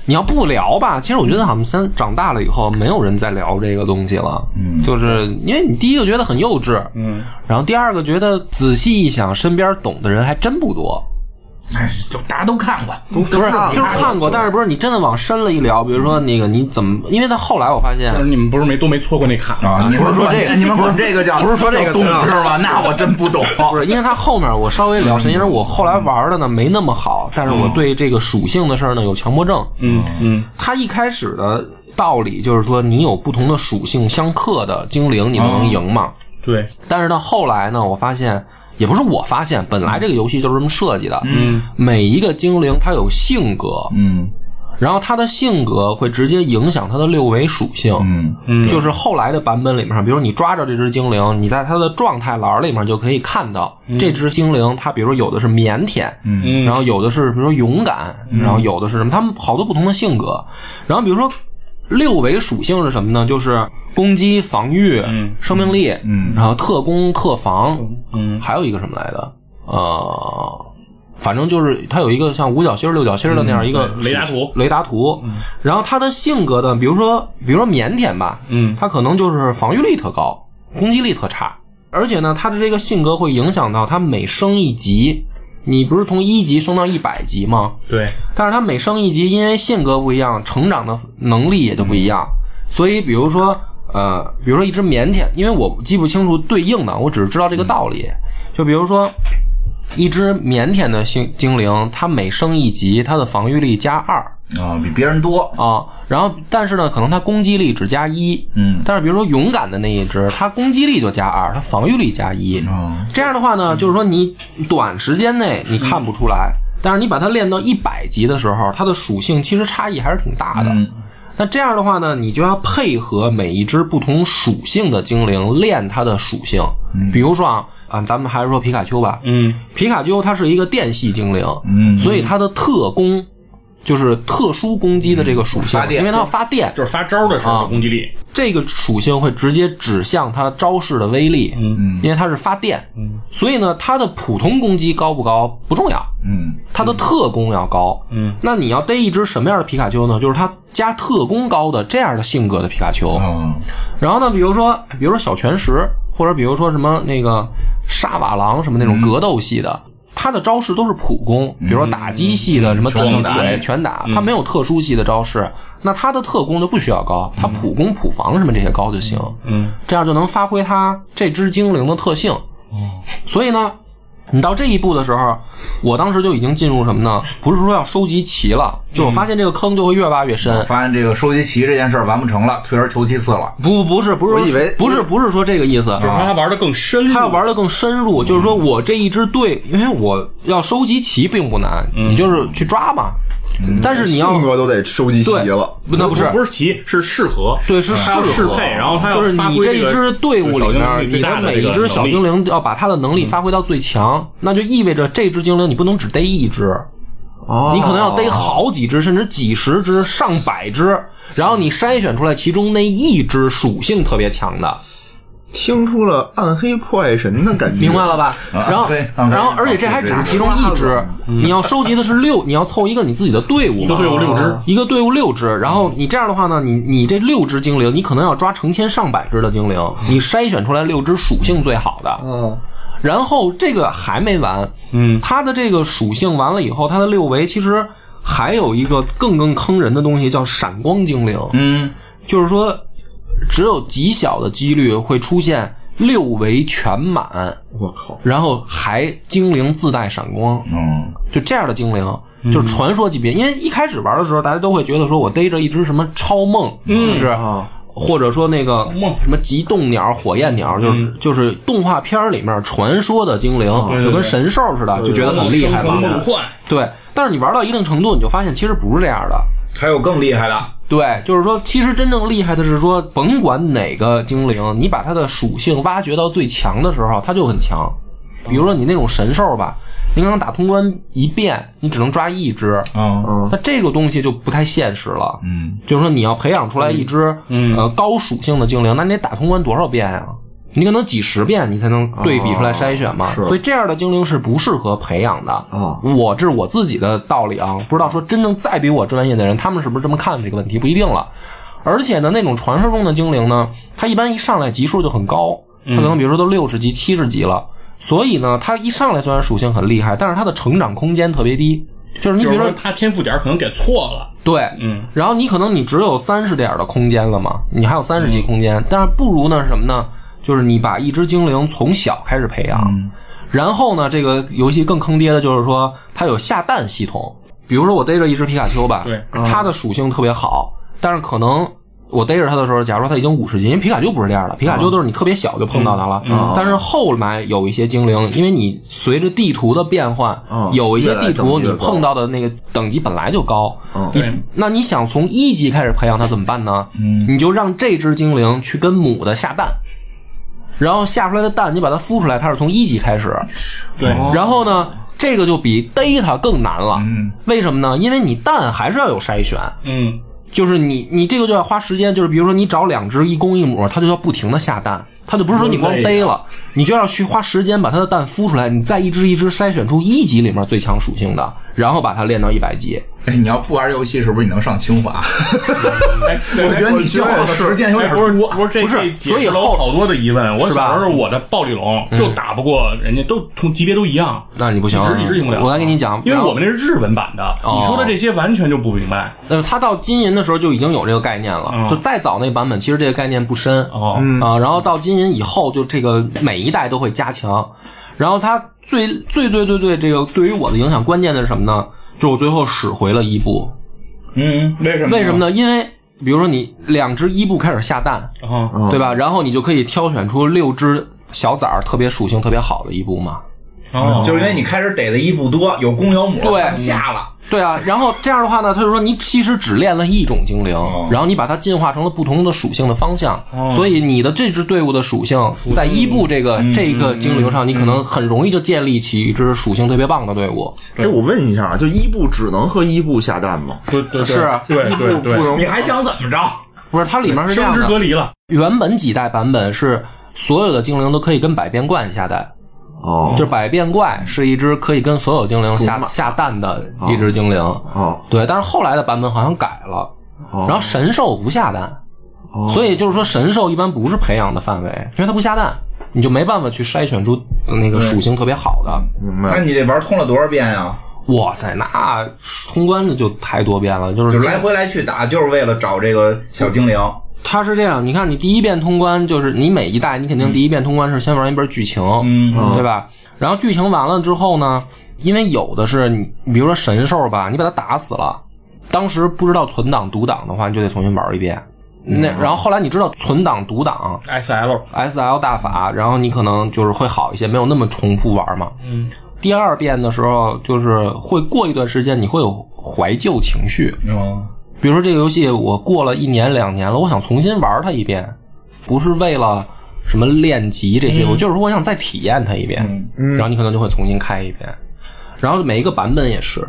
Speaker 2: 你要不聊吧，其实我觉得咱们三长大了以后，没有人再聊这个东西了。嗯，就是因为你第一个觉得很幼稚，嗯，然后第二个觉得仔细一想，身边懂的人还真不多。
Speaker 1: 哎，就大家都看过，
Speaker 2: 不是，
Speaker 3: 看过
Speaker 2: 就是看过，啊但是不是你真的往深了一聊，比如说那个你怎么，因为他后来我发现
Speaker 4: 但，是你们不是没都没错过那卡吗？
Speaker 1: 啊，你
Speaker 2: 不是说这个
Speaker 1: 你们管这个叫
Speaker 2: 不是说这个
Speaker 1: 懂
Speaker 2: 词啊
Speaker 1: 是吧？那我真不懂。
Speaker 2: 不哦是，因为他后面我稍微聊深，因为我后来玩的呢没那么好，但是我对这个属性的事儿呢有强迫症，
Speaker 4: 嗯嗯，
Speaker 2: 它一开始的道理就是说，你有不同的属性相克的精灵，你能赢吗？
Speaker 4: 对，
Speaker 2: 但是到后来呢，我发现也不是我发现，本来这个游戏就是这么设计的。嗯，每一个精灵它有性格，
Speaker 1: 嗯
Speaker 2: 然后它的性格会直接影响它的六维属性。
Speaker 1: 嗯，
Speaker 2: 嗯，就是后来的版本里面，比如你抓着这只精灵，你在它的状态栏里面就可以看到、这只精灵，它比如说有的是腼腆，嗯，然后有的是比如说勇敢，然后有的是什么，他们好多不同的性格。然后比如说六维属性是什么呢？就是攻击、防御、生命力，嗯，然后特攻、特防，嗯，还有一个什么来的？呃。反正就是它有一个像五角星儿、六角星儿的那样一个
Speaker 4: 嗯对雷达图嗯
Speaker 2: 雷达图。然后他的性格呢，比如说，比如说腼腆吧，嗯，他可能就是防御力特高，攻击力特差，而且呢，他的这个性格会影响到他每升一级，你不是从一级升到一百级吗？
Speaker 4: 对，
Speaker 2: 但是他每升一级，因为性格不一样，成长的能力也就不一样。所以，比如说，呃，比如说一只腼腆，因为我记不清楚对应的，我只是知道这个道理。就比如说，一只腼腆的精精灵，它每升一级，它的防御力加二
Speaker 1: 啊，比别人多，
Speaker 2: 啊，然后但是呢，可能它攻击力只加一。
Speaker 1: 嗯
Speaker 2: 但是比如说勇敢的那一只，它攻击力就加二，它防御力加一。
Speaker 1: 啊，
Speaker 2: 这样的话呢，就是说你短时间内你看不出来，但是你把它练到一百级的时候，它的属性其实差异还是挺大的。
Speaker 1: 嗯
Speaker 2: 那这样的话呢，你就要配合每一只不同属性的精灵练它的属性。比如说啊啊，咱们还是说皮卡丘吧，
Speaker 4: 嗯，
Speaker 2: 皮卡丘它是一个电系精灵，
Speaker 1: 嗯
Speaker 2: 所以它的特攻就是特殊攻击的这个属性，
Speaker 1: 发电
Speaker 2: 因为它要发电，
Speaker 4: 嗯就是发招的时候
Speaker 2: 啊
Speaker 4: 的攻击力，
Speaker 2: 这个属性会直接指向它招式的威力，嗯，因为它是发电，嗯，所以呢，它的普通攻击高不高不重要，
Speaker 1: 嗯
Speaker 2: 它的特工要高，嗯，那你要逮一只什么样的皮卡丘呢？就是它加特工高的这样的性格的皮卡丘，
Speaker 1: 啊，
Speaker 2: 然后呢，比如说，比如说小拳石，或者比如说什么那个沙瓦狼什么那种格斗系的，它的招式都是普攻，比如说打击系的、什么踢腿、拳打，它没有特殊系的招式。那它的特攻就不需要高，它普攻、普防什么这些高就行。
Speaker 4: 嗯，
Speaker 2: 这样就能发挥它这只精灵的特性。所以呢，你到这一步的时候，我当时就已经进入什么呢？不是说要收集齐了，就我发现这个坑就会越挖越深。
Speaker 1: 发现这个收集棋这件事儿完不成了，退而求其次了，
Speaker 2: 不不是不是说，
Speaker 3: 我以为
Speaker 2: 不是不是说这个意思，
Speaker 4: 让他玩的更深入。
Speaker 2: 他要玩的更深入，就是说我这一支队，因为我要收集棋并不难，你就是去抓嘛。但是你要
Speaker 3: 性格都得收集齐
Speaker 2: 对
Speaker 3: 了。，
Speaker 2: 不那不是
Speaker 4: 不是齐，是适合，
Speaker 2: 对是
Speaker 4: 他要
Speaker 2: 适
Speaker 4: 适
Speaker 2: 合
Speaker 4: 配，然后他要
Speaker 2: 就是
Speaker 4: 发
Speaker 2: 你
Speaker 4: 挥
Speaker 2: 这一
Speaker 4: 个
Speaker 2: 支队伍里
Speaker 4: 小
Speaker 2: 面，
Speaker 4: 精灵最
Speaker 2: 你
Speaker 4: 大
Speaker 2: 的
Speaker 4: 的
Speaker 2: 每一只小精
Speaker 4: 灵，
Speaker 2: 灵要把它的能力发挥到最强，那就意味着这只精灵你不能只逮一只，
Speaker 3: 哦，
Speaker 2: 你可能要逮好几只，甚至几十只、上百只，然后你筛选出来其中那一只属性特别强的，
Speaker 3: 听出了暗黑破坏神的感觉，
Speaker 2: 明白了吧？
Speaker 1: 啊
Speaker 2: 然后
Speaker 1: 对，啊
Speaker 2: 然后，
Speaker 1: 对
Speaker 2: 而且这还只是其中一只，你要收集的是六，你要凑一个你自己的队伍
Speaker 4: 一
Speaker 2: 嘛
Speaker 4: 个队伍六只，
Speaker 2: 一个队伍六只，然后你这样的话呢，你你这六只精灵，你可能要抓成千上百只的精灵，你筛选出来六只属性最好的，
Speaker 3: 嗯，
Speaker 2: 然后这个还没完，嗯，它的这个属性完了以后，它的六维其实还有一个更更坑人的东西叫闪光精灵，
Speaker 1: 嗯
Speaker 2: 就是说只有极小的几率会出现六维全满，
Speaker 3: 我靠，
Speaker 2: 然后还精灵自带闪光，
Speaker 1: 嗯
Speaker 2: 就这样的精灵，
Speaker 4: 嗯
Speaker 2: 就是传说级别。因为一开始玩的时候，大家都会觉得说我逮着一只什么超梦，嗯，就是
Speaker 3: 啊
Speaker 2: 或者说那个
Speaker 4: 梦嗯
Speaker 2: 什么极冻鸟、火焰鸟，就是就是动画片里面传说的精灵，
Speaker 4: 对
Speaker 2: 就跟神兽似的，就觉得很厉害嘛
Speaker 4: 生。成梦幻，
Speaker 2: 对，但是你玩到一定程度，你就发现其实不是这样的。
Speaker 1: 还有更厉害的，
Speaker 2: 对，就是说，其实真正厉害的是说，甭管哪个精灵，你把它的属性挖掘到最强的时候，它就很强。比如说你那种神兽吧，你可能打通关一遍，你只能抓一只，
Speaker 1: 嗯
Speaker 3: 嗯
Speaker 2: 那这个东西就不太现实了。
Speaker 1: 嗯，
Speaker 2: 就是说你要培养出来一只、呃高属性的精灵，那你得打通关多少遍呀、你可能几十遍你才能对比出来筛选嘛，所以这样的精灵是不适合培养的。
Speaker 3: 哦
Speaker 2: 我这是我自己的道理啊，不知道说真正再比我专业的人，他们是不是这么看这个问题不一定了。而且呢，那种传说中的精灵呢，它一般一上来级数就很高，它可能比如说都六十级、七十级了，所以呢，它一上来虽然属性很厉害，但是它的成长空间特别低。就是你
Speaker 4: 就
Speaker 2: 比
Speaker 4: 是
Speaker 2: 如说
Speaker 4: 说他天赋点儿可能给错了，
Speaker 2: 对，
Speaker 4: 嗯，
Speaker 2: 然后你可能你只有三十点儿的空间了嘛，你还有三十级空
Speaker 4: 嗯
Speaker 2: 间，但是不如呢什么呢？就是你把一只精灵从小开始培养，
Speaker 4: 嗯
Speaker 2: 然后呢，这个游戏更坑爹的就是说它有下蛋系统。比如说我逮着一只皮卡丘吧，
Speaker 4: 对，
Speaker 2: 它的属性特别好，但是可能我逮着它的时候，假如说它已经五十级，因为皮卡丘不是这样的，皮卡丘都是你特别小就碰到它了。
Speaker 4: 嗯
Speaker 2: 但是后来有一些精灵，因为你随着地图的变换，
Speaker 3: 嗯
Speaker 2: 有一些地图
Speaker 3: 越
Speaker 2: 你
Speaker 3: 来越高
Speaker 2: 碰到的那个等级本来就高，
Speaker 4: 对，
Speaker 2: 那你想从一级开始培养它怎么办呢？你就让这只精灵去跟母的下蛋，然后下出来的蛋你把它孵出来，它是从一级开始。
Speaker 4: 对，
Speaker 2: 然后呢，这个就比逮它更难了。为什么呢？因为你蛋还是要有筛选，
Speaker 4: 嗯，
Speaker 2: 就是你你这个就要花时间，就是比如说你找两只一公一母，它就要不停的下蛋，它就不是说你光逮了，你就要去花时间把它的蛋孵出来，你再一只一只筛选出一级里面最强属性的，然后把它练到一百级。
Speaker 1: 哎，你要不玩游戏，是不是你能上清华？
Speaker 2: 哎
Speaker 1: 我觉得你消耗的时间有点
Speaker 4: 哎不是
Speaker 1: 多。
Speaker 4: 不是这
Speaker 2: 不是
Speaker 4: 这解
Speaker 2: 所以
Speaker 4: 释了我
Speaker 2: 后
Speaker 4: 好多的疑问。我
Speaker 2: 是吧嗯
Speaker 4: 小时候我的暴力龙就打不过人家，都同级别都一样，
Speaker 2: 那你不行
Speaker 4: 一直一直赢不了。
Speaker 2: 我来跟你讲
Speaker 4: 因为
Speaker 2: 然后
Speaker 4: 我们那是日文版的，
Speaker 2: 哦
Speaker 4: 你说的这些完全就不明白。
Speaker 2: 那呃他到金银的时候就已经有这个概念了，
Speaker 4: 嗯
Speaker 2: 就再早那个版本其实这个概念不深
Speaker 4: 哦
Speaker 2: 啊，然后到金银以后，就这个每一代都会加强，然后它最最最最最这个对于我的影响关键的是什么呢？就是我最后使回了伊布，
Speaker 1: 嗯，为什么？
Speaker 2: 为什么？呢？因为比如说你两只伊布开始下蛋，
Speaker 4: 啊，
Speaker 2: 对吧？然后你就可以挑选出六只小崽儿特别属性特别好的伊布嘛，嗯
Speaker 4: 哦
Speaker 1: 就是因为你开始逮的一不多，有公有母，
Speaker 2: 对
Speaker 1: 他们下了。
Speaker 2: 对啊，然后这样的话呢，他就说你其实只练了一种精灵，然后你把它进化成了不同的属性的方向，所以你的这支队伍的哦属性嗯在伊布这个、这个精灵上，你可能很容易就建立起一支属性特别棒的队伍。
Speaker 3: 哎，我问一下啊，就伊布只能和伊布下蛋吗？
Speaker 4: 对对对
Speaker 2: 是啊
Speaker 4: 对
Speaker 3: 伊布
Speaker 4: 对对
Speaker 3: 不，能
Speaker 1: 你还想怎么着？
Speaker 2: 不是，它里面是这
Speaker 4: 生
Speaker 2: 样
Speaker 4: 殖
Speaker 2: 的，
Speaker 4: 隔离了。
Speaker 2: 原本几代版本是所有的精灵都可以跟百变怪下蛋，
Speaker 3: 哦
Speaker 2: 就是百变怪是一只可以跟所有精灵下
Speaker 3: 种马
Speaker 2: 下蛋的一只精灵。
Speaker 3: 哦
Speaker 2: 对，但是后来的版本好像改了，
Speaker 3: 哦
Speaker 2: 然后神兽不下蛋，所以就是说神兽一般不是培养的范围，因为它不下蛋，你就没办法去筛选出那个属性特别好的。
Speaker 3: 明
Speaker 1: 那
Speaker 3: 白。
Speaker 1: 你这玩通了多少遍呀？
Speaker 2: 哇塞，那通关的就太多变了，就是
Speaker 1: 就是来回来去打，就是为了找这个小精灵。
Speaker 2: 它是这样，你看你第一遍通关就是你每一代，你肯定第一遍通关是先玩一遍剧情，嗯，对吧？然后剧情完了之后呢，因为有的是你，比如说神兽吧，你把它打死了，当时不知道存档读档的话，你就得重新玩一遍。那然后后来你知道存档读档
Speaker 4: S L
Speaker 2: S L 大法，然后你可能就是会好一些，没有那么重复玩嘛。嗯。第二遍的时候，就是会过一段时间，你会有怀旧情绪。
Speaker 1: 嗯，
Speaker 2: 比如说这个游戏，我过了一年两年了，我想重新玩它一遍，不是为了什么练级这些，我就是我想再体验它一遍。然后你可能就会重新开一遍，然后每一个版本也是，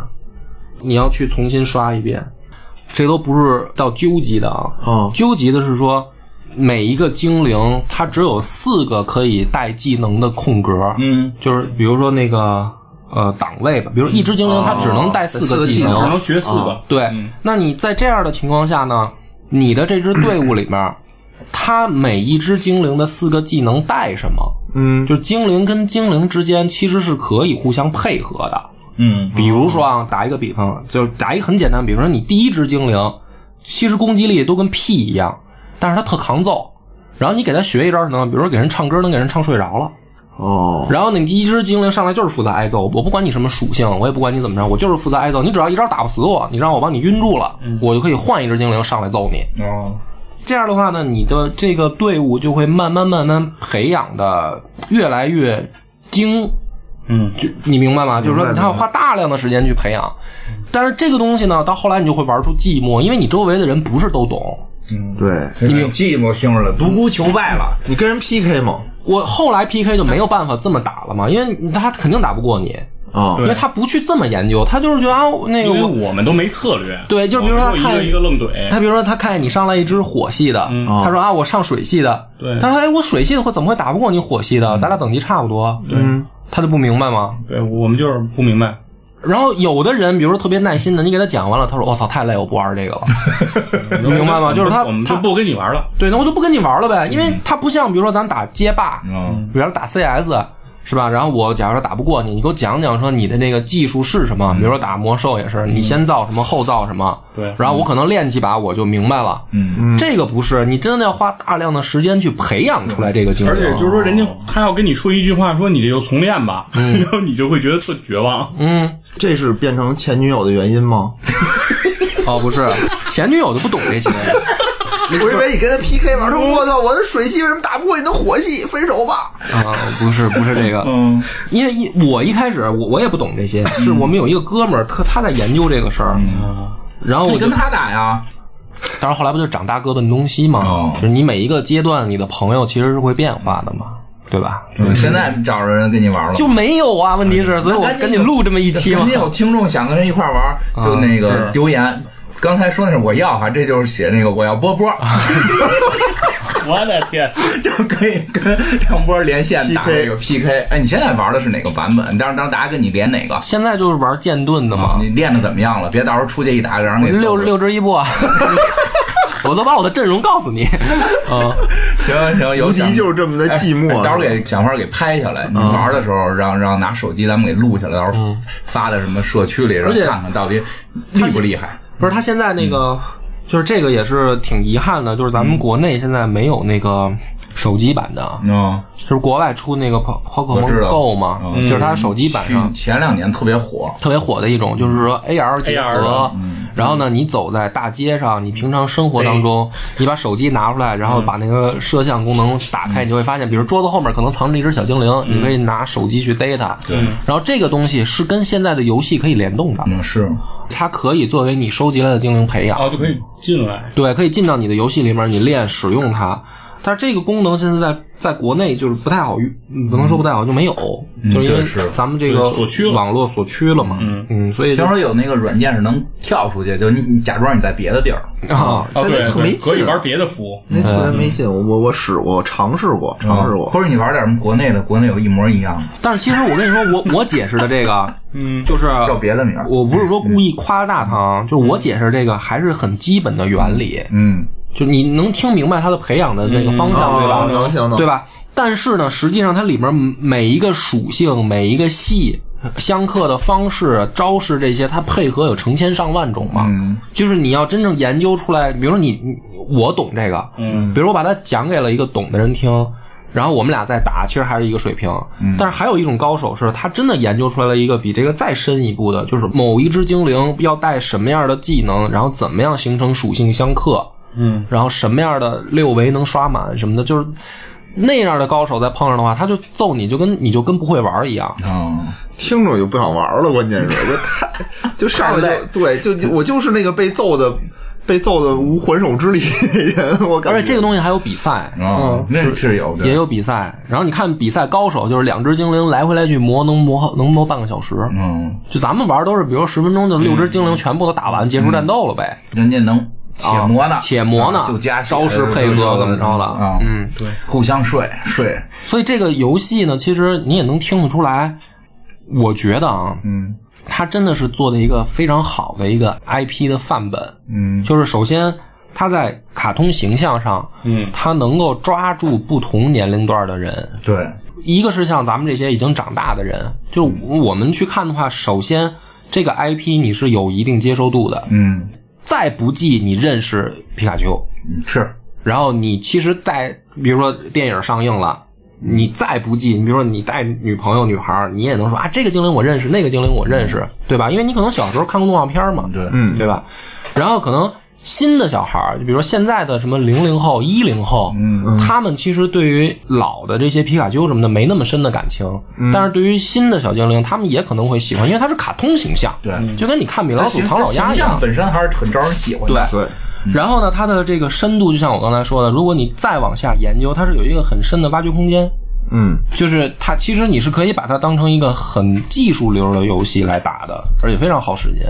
Speaker 2: 你要去重新刷一遍。这都不是到究极的啊，
Speaker 3: 哦
Speaker 2: 究极的是说每一个精灵它只有四个可以带技能的空格，嗯，就是比如说那个呃档位吧，比如一只精灵它只能带哦四
Speaker 3: 四
Speaker 2: 个
Speaker 3: 个技
Speaker 2: 技
Speaker 3: 能
Speaker 2: 能
Speaker 4: 只能学四个，
Speaker 2: 对，那你在这样的情况下呢，你的这支队伍里面， 它每一只精灵的四个技能带什么？
Speaker 3: 嗯，
Speaker 2: 就是精灵跟精灵之间其实是可以互相配合的。
Speaker 1: 嗯，
Speaker 2: 比如说啊，打一个比方，就是打一个很简单的比方，说你第一只精灵，其实攻击力都跟屁一样，但是它特抗揍。然后你给它学一招什么呢？比如说给人唱歌，能给人唱睡着了。
Speaker 3: 哦，
Speaker 2: 然后你第一只精灵上来就是负责挨揍，我不管你什么属性，我也不管你怎么着，我就是负责挨揍。你只要一招打不死我，你让我把你晕住了，
Speaker 3: 嗯
Speaker 2: 我就可以换一只精灵上来揍你。
Speaker 1: 哦，
Speaker 2: 这样的话呢，你的这个队伍就会慢慢慢慢培养的越来越精。
Speaker 4: 嗯，
Speaker 2: 就你明白吗？就是说，
Speaker 3: 明白嗯
Speaker 2: 你要花大量的时间去培养，但是这个东西呢，到后来你就会玩出寂寞，因为你周围的人不是都懂。
Speaker 3: 对
Speaker 1: 挺寂寞，听着了，独孤求败了。
Speaker 3: 你跟人 PK 吗？
Speaker 2: 我后来 PK 就没有办法这么打了嘛，因为他肯定打不过你，
Speaker 3: 啊
Speaker 2: 因为他不去这么研究，他就是觉得啊，那个
Speaker 4: 因为
Speaker 2: 我
Speaker 4: 我们都没策略。
Speaker 2: 对就是比如说
Speaker 4: 我
Speaker 2: 他
Speaker 4: 们就
Speaker 2: 看
Speaker 4: 一个一个愣怼，
Speaker 2: 他比如说，他看见你上来一只火系的，他说啊，我上水系的。
Speaker 4: 嗯对嗯
Speaker 2: 他说哎，我水系的会怎么会打不过你火系的？咱俩等级差不多。嗯，他就不明白吗？
Speaker 4: 对我们就是不明白。
Speaker 2: 然后有的人，比如说特别耐心的，你给他讲完了，他说我操，太累，我不玩这个 了。你明白吗？就是他
Speaker 4: 我们就
Speaker 2: 他
Speaker 4: 不跟你玩了。
Speaker 2: 对，那我就不跟你玩了呗，因
Speaker 4: 嗯
Speaker 2: 为他不像比如说咱打街霸，
Speaker 1: 嗯，
Speaker 2: 比如说打 CS 是吧？然后我假如说打不过你，你给我讲讲说你的那个技术是什么？比如说打魔兽也是，你先造什么后造什么，
Speaker 4: 嗯对嗯
Speaker 2: 然后我可能练几把我就明白了，嗯，这个不是你真的要花大量的时间去培养出来这个啊精
Speaker 4: 嗯而且
Speaker 2: 灵，
Speaker 4: 就是说，人家他要跟你说一句话，说你这就从练吧， 然后你就会觉得特绝望。
Speaker 2: 嗯，
Speaker 3: 这是变成前女友的原因吗？
Speaker 2: 哦，不 是，前女友就不懂这些，
Speaker 3: 我以为你跟嗯他 PK 玩儿，他说我操，我的水系为什么打不过你的火系？分手吧！
Speaker 2: 啊，不是不是这个，嗯，因为一我一开始我我也不懂这些，
Speaker 4: 嗯
Speaker 2: 是我们有一个哥们儿，他他在研究这个事儿，然后我
Speaker 1: 你
Speaker 2: 就
Speaker 1: 跟他打呀？
Speaker 2: 但是后来不就长大各奔东西嘛？
Speaker 1: 哦
Speaker 2: 就是你每一个阶段，你的朋友其实是会变化的嘛，对吧？
Speaker 1: 现在找着人跟你玩了。
Speaker 2: 就没有啊，问题是，所以我赶紧录这么一期嘛
Speaker 1: 肯。定有听众想跟人一块玩，
Speaker 2: 啊
Speaker 1: 就那个
Speaker 2: 啊
Speaker 1: 留言。刚才说那是我要哈，这就是写那个我要波波。
Speaker 4: 我的天！
Speaker 1: 就可以跟梁波连线打这个 PK。哎，你现在玩的是哪个版本？当当大家跟你连哪个？
Speaker 2: 现在就是玩剑盾的嘛
Speaker 1: 啊你，练的怎么样了？别到时候出去一打让人给
Speaker 2: 六
Speaker 1: 揍了
Speaker 2: 六支一 部啊，我都把我的阵容告诉你，嗯，
Speaker 1: 行行，有
Speaker 3: 无极
Speaker 1: 想
Speaker 3: 就是这么的寂寞
Speaker 1: 哎哎到时候给想法给拍下来。你
Speaker 2: 嗯
Speaker 1: 玩的时候，让让拿手机咱们给录下来，到时候发到什么社区里，让
Speaker 2: 而且
Speaker 1: 看看到底厉不厉害。
Speaker 2: 不是他现在那
Speaker 1: 嗯
Speaker 2: 个，就是这个也是挺遗憾的，就是咱们国内现在没有那个手机版的，啊
Speaker 1: 嗯，
Speaker 2: 就是国外出那个 Po
Speaker 1: 我知
Speaker 2: Pokemon
Speaker 1: 道
Speaker 2: Go 嘛，
Speaker 1: 嗯
Speaker 2: 就是它手机版
Speaker 1: 去
Speaker 2: 上
Speaker 1: 前两年特别火，
Speaker 2: 特别火的一种，就是说 AR 结
Speaker 4: AR
Speaker 2: 合
Speaker 4: 的。
Speaker 2: 然后呢，你走在大街上，你平常生活当中，你把手机拿出来，然后把那个摄像功能打开，你就会发现，比如桌子后面可能藏着一只小精灵，你可以拿手机去逮它。对。
Speaker 4: 嗯
Speaker 2: 然后这个东西是跟现在的游戏可以联动的，
Speaker 1: 嗯，是
Speaker 2: 它可以作为你收集来的精灵培养。
Speaker 4: 哦，就可以进来。
Speaker 2: 对，可以进到你的游戏里面，你练使用它。但是这个功能现在在在国内就是不太好用，嗯不能说不太好，就没有，就是因为
Speaker 1: 确实
Speaker 2: 咱们这个
Speaker 4: 对所趋了
Speaker 2: 网络所趋了嘛，嗯所以就
Speaker 1: 听说有那个软件是能跳出去，就是你你假装你在别的地儿，
Speaker 2: 啊，
Speaker 4: 哦，
Speaker 3: 但
Speaker 4: 对
Speaker 3: 那特没，
Speaker 4: 对可以
Speaker 3: 劲
Speaker 4: 玩别的服务。
Speaker 3: 那特别没劲。我我我使过，我尝试过，尝
Speaker 2: 嗯
Speaker 3: 试过。
Speaker 1: 或者你玩点什么国内的，国内有一模一样的，
Speaker 2: 但是其实我跟你说，我我解释的这个，嗯， 就是
Speaker 1: 叫别的名儿。
Speaker 2: 我不是说故意夸大它，啊，就是我解释这个还是很基本的原理，
Speaker 1: 嗯，
Speaker 2: 就你能听明白它的培养的那个方向，对吧？
Speaker 3: 哦能听能
Speaker 2: 对吧？但是呢，实际上它里面每一个属性、每一个系相克的方式、招式这些，它配合有成千上万种嘛。
Speaker 1: 嗯
Speaker 2: 就是你要真正研究出来，比如说你你我懂这个，嗯，比如我把它讲给了一个懂的人听。然后我们俩再打，其实还是一个水平。但是还有一种高手是，他真的研究出来了一个比这个再深一步的，就是某一只精灵要带什么样的技能，然后怎么样形成属性相克。嗯，然后什么样的六维能刷满什么的，就是那样的高手再碰上的话，他就揍你，就跟你就跟不会玩儿一样。
Speaker 1: 嗯，
Speaker 3: 听着我就不想玩了，关键是这太就上来 就对，就就我就是那个被揍的被揍的无还手之力的人，我感
Speaker 2: 而
Speaker 3: 觉
Speaker 2: 且这个东西还有比赛，
Speaker 1: 哦，那是有的，
Speaker 2: 也有比赛。然后你看比赛高手，就是两只精灵来回来去磨，能磨好能磨半个小时。
Speaker 1: 嗯，
Speaker 2: 就咱们玩儿都是，比如十分钟就六只精灵全部都打完，结束战斗了呗。
Speaker 1: 人家能且磨呢，
Speaker 2: 啊且磨呢
Speaker 1: 啊就加
Speaker 2: 招式配合怎么着的
Speaker 1: 啊，
Speaker 2: 嗯，
Speaker 1: 对，互相睡睡，
Speaker 2: 所以这个游戏呢，其实你也能听得出来，我觉得啊，
Speaker 1: 嗯
Speaker 2: 它真的是做的一个非常好的一个 IP 的范本。
Speaker 1: 嗯
Speaker 2: 就是首先它在卡通形象上，
Speaker 4: 嗯，
Speaker 2: 它能够抓住不同年龄段的人。
Speaker 1: 对，
Speaker 2: 一个是像咱们这些已经长大的人，就是我们去看的话，首先这个 IP 你是有一定接受度的，
Speaker 1: 嗯
Speaker 2: 再不济你认识皮卡丘，
Speaker 1: 是，
Speaker 2: 然后你其实带，比如说电影上映了。你再不济，你比如说你带女朋友、女孩儿，你也能说啊，这个精灵我认识，那个精灵我认识，对吧？因为你可能小时候看过动画片嘛，
Speaker 1: 嗯对，
Speaker 3: 嗯
Speaker 2: 对吧？然后可能新的小孩儿，就比如说现在的什么零零后、一零后，嗯，他们其实对于老的这些皮卡丘什么的没那么深的感情，
Speaker 1: 嗯
Speaker 2: 但是对于新的小精灵，他们也可能会喜欢，因为它是卡通形象，
Speaker 1: 对
Speaker 2: 就跟你看米老鼠、
Speaker 1: 形
Speaker 2: 唐老鸭
Speaker 1: 形
Speaker 2: 一样
Speaker 1: 象，本身还是很招人喜欢
Speaker 2: 对
Speaker 1: 的，。
Speaker 3: 对，
Speaker 2: 然后呢，它的这个深度，就像我刚才说的，如果你再往下研究，它是有一个很深的挖掘空间。
Speaker 3: 嗯，
Speaker 2: 就是它，其实你是可以把它当成一个很技术流的游戏来打的，而且非常耗时间。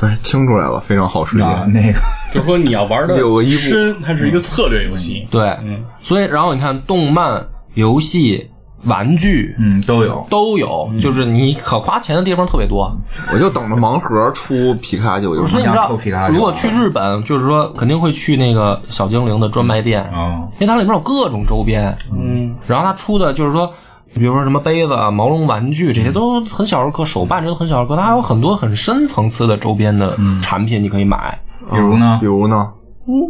Speaker 3: 对，听出来了，非常好吃力。
Speaker 1: 啊，那个
Speaker 4: 就是说你要玩的
Speaker 3: 有个一步
Speaker 4: 深，它
Speaker 2: 嗯
Speaker 4: 是一个策略游戏。
Speaker 2: 对，所以然后你看，动漫、游戏、玩具
Speaker 1: 嗯都有，
Speaker 2: 都有，就是你可花钱的地方特别多。
Speaker 3: 我就等着盲盒出皮卡丘，有
Speaker 2: 所以你知
Speaker 1: 像臭皮卡
Speaker 2: 道，
Speaker 1: 丘
Speaker 2: 如果去日本，就是说肯定会去那个小精灵的专卖店，
Speaker 1: 哦
Speaker 2: 因为它里面有各种周边，
Speaker 4: 嗯，
Speaker 2: 然后它出的就是说。比如说什么杯子啊、毛绒玩具这些都很小儿科，手办这都很小儿科，它还有很多很深层次的周边的产品你可以买，
Speaker 1: 比如呢
Speaker 3: 啊比，如呢？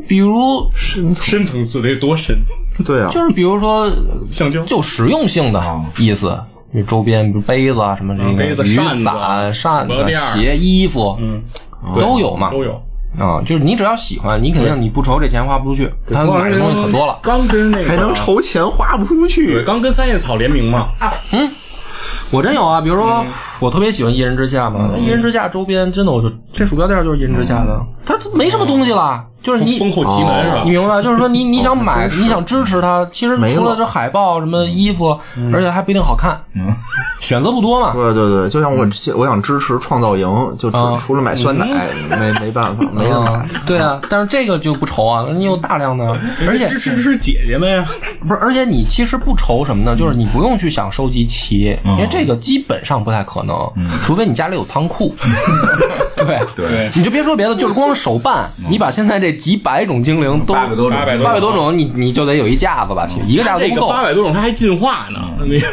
Speaker 2: 比如
Speaker 4: 深层次得多深？
Speaker 3: 对啊，
Speaker 2: 就是比如说
Speaker 4: 橡胶
Speaker 2: 就实用性的意思。比如周边，比如杯子啊，什么这
Speaker 4: 嗯杯
Speaker 2: 个
Speaker 4: 子
Speaker 2: 雨
Speaker 4: 扇子
Speaker 2: 伞、啊扇子、
Speaker 4: 手表链儿
Speaker 2: 鞋、衣服，
Speaker 4: 嗯，
Speaker 2: 都有嘛，
Speaker 4: 都有。
Speaker 2: 啊。就是你只要喜欢，你肯定你不愁这钱花不出去，他买的东西可多了。
Speaker 4: 刚跟那个
Speaker 3: 还能筹钱花不出
Speaker 4: 对，
Speaker 3: 去。
Speaker 4: 刚跟三叶草联名嘛，
Speaker 2: 啊我真有啊，比如说我特别喜欢一人之下嘛，一人之下周边真的，我就这鼠标垫就是一人之下的，它它没什么东西了，就是你哦
Speaker 4: 封封后奇门是吧
Speaker 2: 你？明白？就是说你你想买，你想支持他，其实
Speaker 3: 没
Speaker 2: 除了
Speaker 3: 了
Speaker 2: 这海报什么衣服，而且还不一定好看，选择不多嘛。
Speaker 3: 对对对，就像我之前我想支持创造营，就
Speaker 2: 啊
Speaker 3: 除除了买酸奶，没没办法，没得买
Speaker 2: 嗯。，对啊，但是这个就不愁啊，你有大量的，而且
Speaker 4: 支持支持姐姐们呀，
Speaker 2: 不是，而且你其实不愁什么呢？就是你不用去想收集齐，
Speaker 1: 嗯
Speaker 2: 因为这个基本上不太可能，除非你家里有 仓库。对对，你就别说别的，就是光手办，你把现在这几百种精灵都
Speaker 1: 嗯八百多种嗯
Speaker 4: 八百多
Speaker 2: 八百多种，你你就得有一架子吧，其实一个架子
Speaker 4: 这
Speaker 2: 都不
Speaker 4: 个
Speaker 2: 够。
Speaker 4: 八百多种，它还进化呢。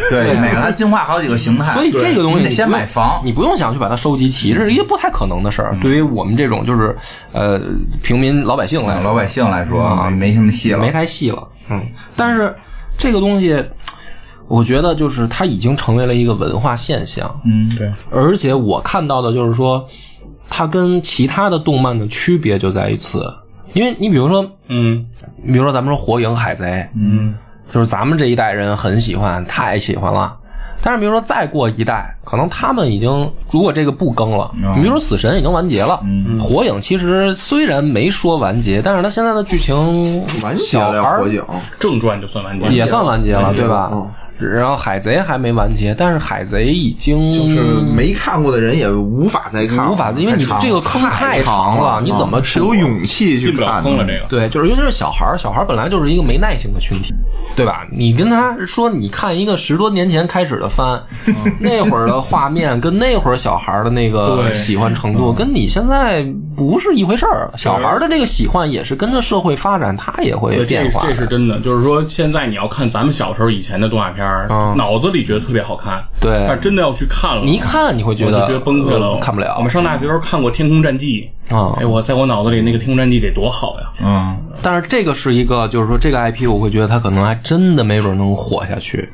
Speaker 1: 对，每个它进化好几个形态，
Speaker 2: 啊所以这个东西
Speaker 1: 你
Speaker 2: 你
Speaker 1: 得先
Speaker 2: 不用
Speaker 1: 买房嗯
Speaker 2: 你不用想去把它收集齐，这是一个不太可能的事儿。对于我们这种就是呃平民老百姓来
Speaker 1: 嗯
Speaker 2: 说，
Speaker 1: 老百姓来说啊没没什么戏了
Speaker 2: 嗯没。太细了。嗯，但是这个东西，我觉得就是它已经成为了一个文化现象。
Speaker 1: 嗯，
Speaker 4: 对，
Speaker 2: 而且我看到的就是说，它跟其他的动漫的区别就在于此。因为你比如说，
Speaker 4: 嗯，
Speaker 2: 比如说咱们说《火影》《海贼》，嗯，就是咱们这一代人很喜欢，太喜欢了。但是比如说再过一代，可能他们已经如果这个不更了，你比如说《死神》已经完结了，火影》其实虽然没说完结，但是它现在的剧情
Speaker 3: 完结
Speaker 2: 小
Speaker 3: 了
Speaker 2: 孩
Speaker 3: 呀
Speaker 2: 儿
Speaker 3: 火影，
Speaker 4: 正传就算完结，
Speaker 2: 也算完结了，
Speaker 3: 完结
Speaker 2: 对
Speaker 3: 了
Speaker 2: 吧？
Speaker 3: 嗯
Speaker 2: 然后海贼还没完结，但是海贼已经
Speaker 3: 就是没看过的人也无法再看了，
Speaker 2: 嗯无法，因为你这个坑太长了，你怎么
Speaker 3: 啊是有
Speaker 2: 补
Speaker 3: 勇气去
Speaker 4: 进不了
Speaker 3: 看
Speaker 4: 坑
Speaker 3: 的
Speaker 4: 了。
Speaker 2: 嗯
Speaker 4: 这个。
Speaker 2: 对，就是尤其是小孩儿，小孩儿本来就是一个没耐性的群体，对吧？你跟他说，你看一个十多年前开始的番，
Speaker 4: 嗯
Speaker 2: 那会儿的画面跟那会儿小孩儿的那个
Speaker 4: 对嗯
Speaker 2: 喜欢程度，跟你现在不是一回事儿。小孩儿的这个喜欢也是跟着社会发展，他也会
Speaker 4: 对，呃这
Speaker 2: 变
Speaker 4: 是
Speaker 2: 化的。
Speaker 4: 这是真的，就是说，现在你要看咱们小时候以前的动画片儿，脑子里觉得特别好看，
Speaker 2: 啊对
Speaker 4: 但真的要去看了，
Speaker 2: 你一看你会觉
Speaker 4: 我就
Speaker 2: 得
Speaker 4: 觉得崩溃了，
Speaker 2: 呃看不了
Speaker 4: 我们上大学时候看过《天空战记》
Speaker 2: 啊
Speaker 4: 哎，我在我脑子里那个《天空战记》得多好呀！
Speaker 1: 嗯，
Speaker 2: 但是这个是一个，就是说这个 IP，我会觉得它可能还真的没准能火下去，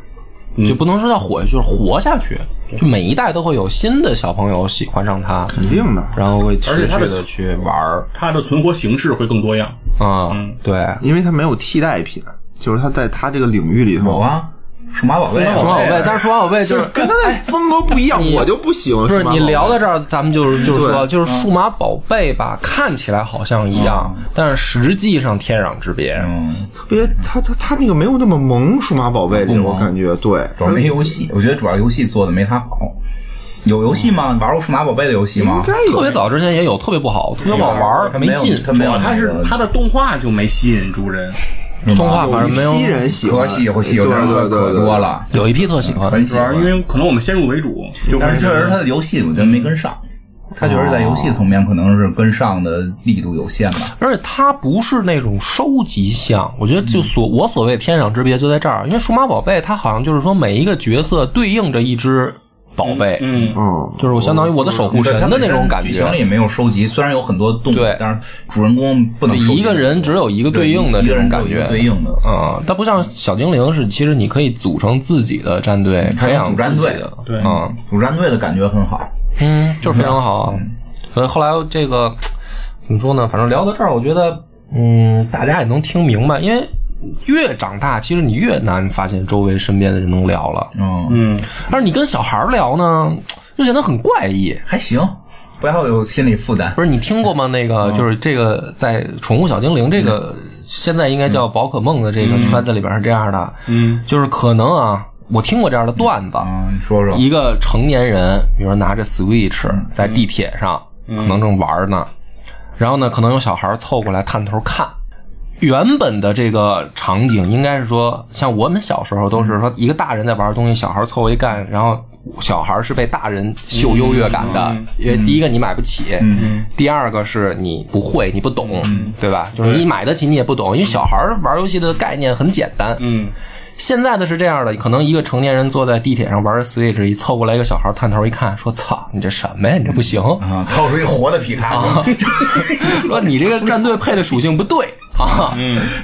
Speaker 2: 就不能说叫火下去，就是活下去。就每一代都会有新的小朋友喜欢上它，
Speaker 3: 肯定的，
Speaker 2: 然后会持
Speaker 4: 而且
Speaker 2: 续
Speaker 4: 它的
Speaker 2: 的去玩儿
Speaker 4: 它的存活形式会更多样，
Speaker 2: 啊、对。
Speaker 3: 因为它没有替代品，就是它在它这个领域里
Speaker 1: 有
Speaker 4: 哦
Speaker 3: 头，
Speaker 1: 啊，数码宝贝啊，
Speaker 2: 数码宝贝，但是数码宝贝 就是哎
Speaker 3: 跟它的风格不一样，
Speaker 2: 你
Speaker 3: 我就不喜欢。
Speaker 2: 不是你聊
Speaker 3: 的，
Speaker 2: 到这儿，咱们就是就是说，
Speaker 3: 对
Speaker 2: 就是数码宝贝吧，看起来好像一样，但是实际上天壤之别。
Speaker 1: 嗯，
Speaker 3: 特别，它它它那个没有那么萌，《数码宝贝》里
Speaker 2: 嗯
Speaker 1: 不萌
Speaker 3: 我感觉对，
Speaker 1: 主要没游戏，我觉得主要游戏做的没它好。有游戏吗？玩过数码宝贝的游戏吗
Speaker 3: 应？该有
Speaker 2: 特别早之前也有特别不好，特别不好玩儿，
Speaker 1: 它没有
Speaker 2: 劲。
Speaker 1: 它没有那个，
Speaker 4: 它是它的动画就没吸引住人，
Speaker 2: 动画反
Speaker 3: 有
Speaker 2: 正没有
Speaker 3: 一批，人喜欢，
Speaker 1: 可喜有喜有
Speaker 3: 对
Speaker 1: 人
Speaker 3: 对对
Speaker 1: 可
Speaker 3: 对，
Speaker 1: 多。了，
Speaker 2: 有一批特喜欢，
Speaker 1: 很喜
Speaker 4: 主要
Speaker 1: 欢
Speaker 4: 是。因为可能我们先入为主，就
Speaker 1: 但是确实，他的游戏我觉得没跟上，他觉得在游戏层面可能是跟上的力度有限吧。
Speaker 2: 而且它不是那种收集项，我觉得
Speaker 4: 嗯
Speaker 2: 就所、我所谓天壤之别就在这儿，因为数码宝贝它好像就是说每一个角色对应着一只宝贝，
Speaker 4: 嗯，
Speaker 3: 嗯，
Speaker 2: 就是我相当于我的守护神
Speaker 1: 对它
Speaker 2: 的那
Speaker 1: 本身
Speaker 2: 种感
Speaker 1: 剧情里
Speaker 2: 觉。
Speaker 1: 也没有收集，虽然有很多动物
Speaker 2: 对，
Speaker 1: 但是主人公不能
Speaker 2: 对
Speaker 1: 收集
Speaker 2: 一个人只有一个对应的
Speaker 1: 对一
Speaker 2: 这种
Speaker 1: 个人
Speaker 2: 感
Speaker 1: 只有一个，
Speaker 2: 觉
Speaker 1: 对应的。
Speaker 2: 嗯，它不像小精灵是，其实你可以组成自己的战队，
Speaker 1: 还
Speaker 2: 培
Speaker 1: 有
Speaker 2: 养
Speaker 1: 组战
Speaker 2: 自己
Speaker 1: 队
Speaker 2: 的，
Speaker 4: 对
Speaker 2: 嗯
Speaker 1: 主战队的感觉很好，
Speaker 2: 嗯，就是非常好啊。所以后来这个怎么说呢？反正聊到这儿，我觉得嗯，大家也能听明白，因为越长大，其实你越难发现周围身边的人能聊了，
Speaker 1: 嗯，
Speaker 2: 但是你跟小孩儿聊呢，就显得很怪异。
Speaker 1: 还行，不要有心理负担
Speaker 2: 不。是你听过吗？那个就是这个在《宠物小精灵》这个现在应该叫宝可梦的这个圈子里边是这样的，嗯，就是可能啊，我听过这样的段子，
Speaker 1: 嗯，你说说，
Speaker 2: 一个成年人，比如说拿着 Switch 在地铁上，可能正玩呢，然后呢，可能有小孩凑过来探头看。原本的这个场景应该是说，像我们小时候都是说，一个大人在玩东西，小孩凑一干，然后小孩是被大人秀优越感的，因为第一个你买不起，第二个是你不会，你不懂，对吧？就是你买得起，你也不懂，因为小孩玩游戏的概念很简单，
Speaker 4: 嗯，
Speaker 2: 现在的是这样的，可能一个成年人坐在地铁上玩 Switch，一凑过来一个小孩探头一看，说：“操，你这什么呀？你这不行！
Speaker 1: 啊，掏出一活的皮卡
Speaker 2: 啊
Speaker 1: 丘，
Speaker 2: 说你这个战队配的属性不对啊！”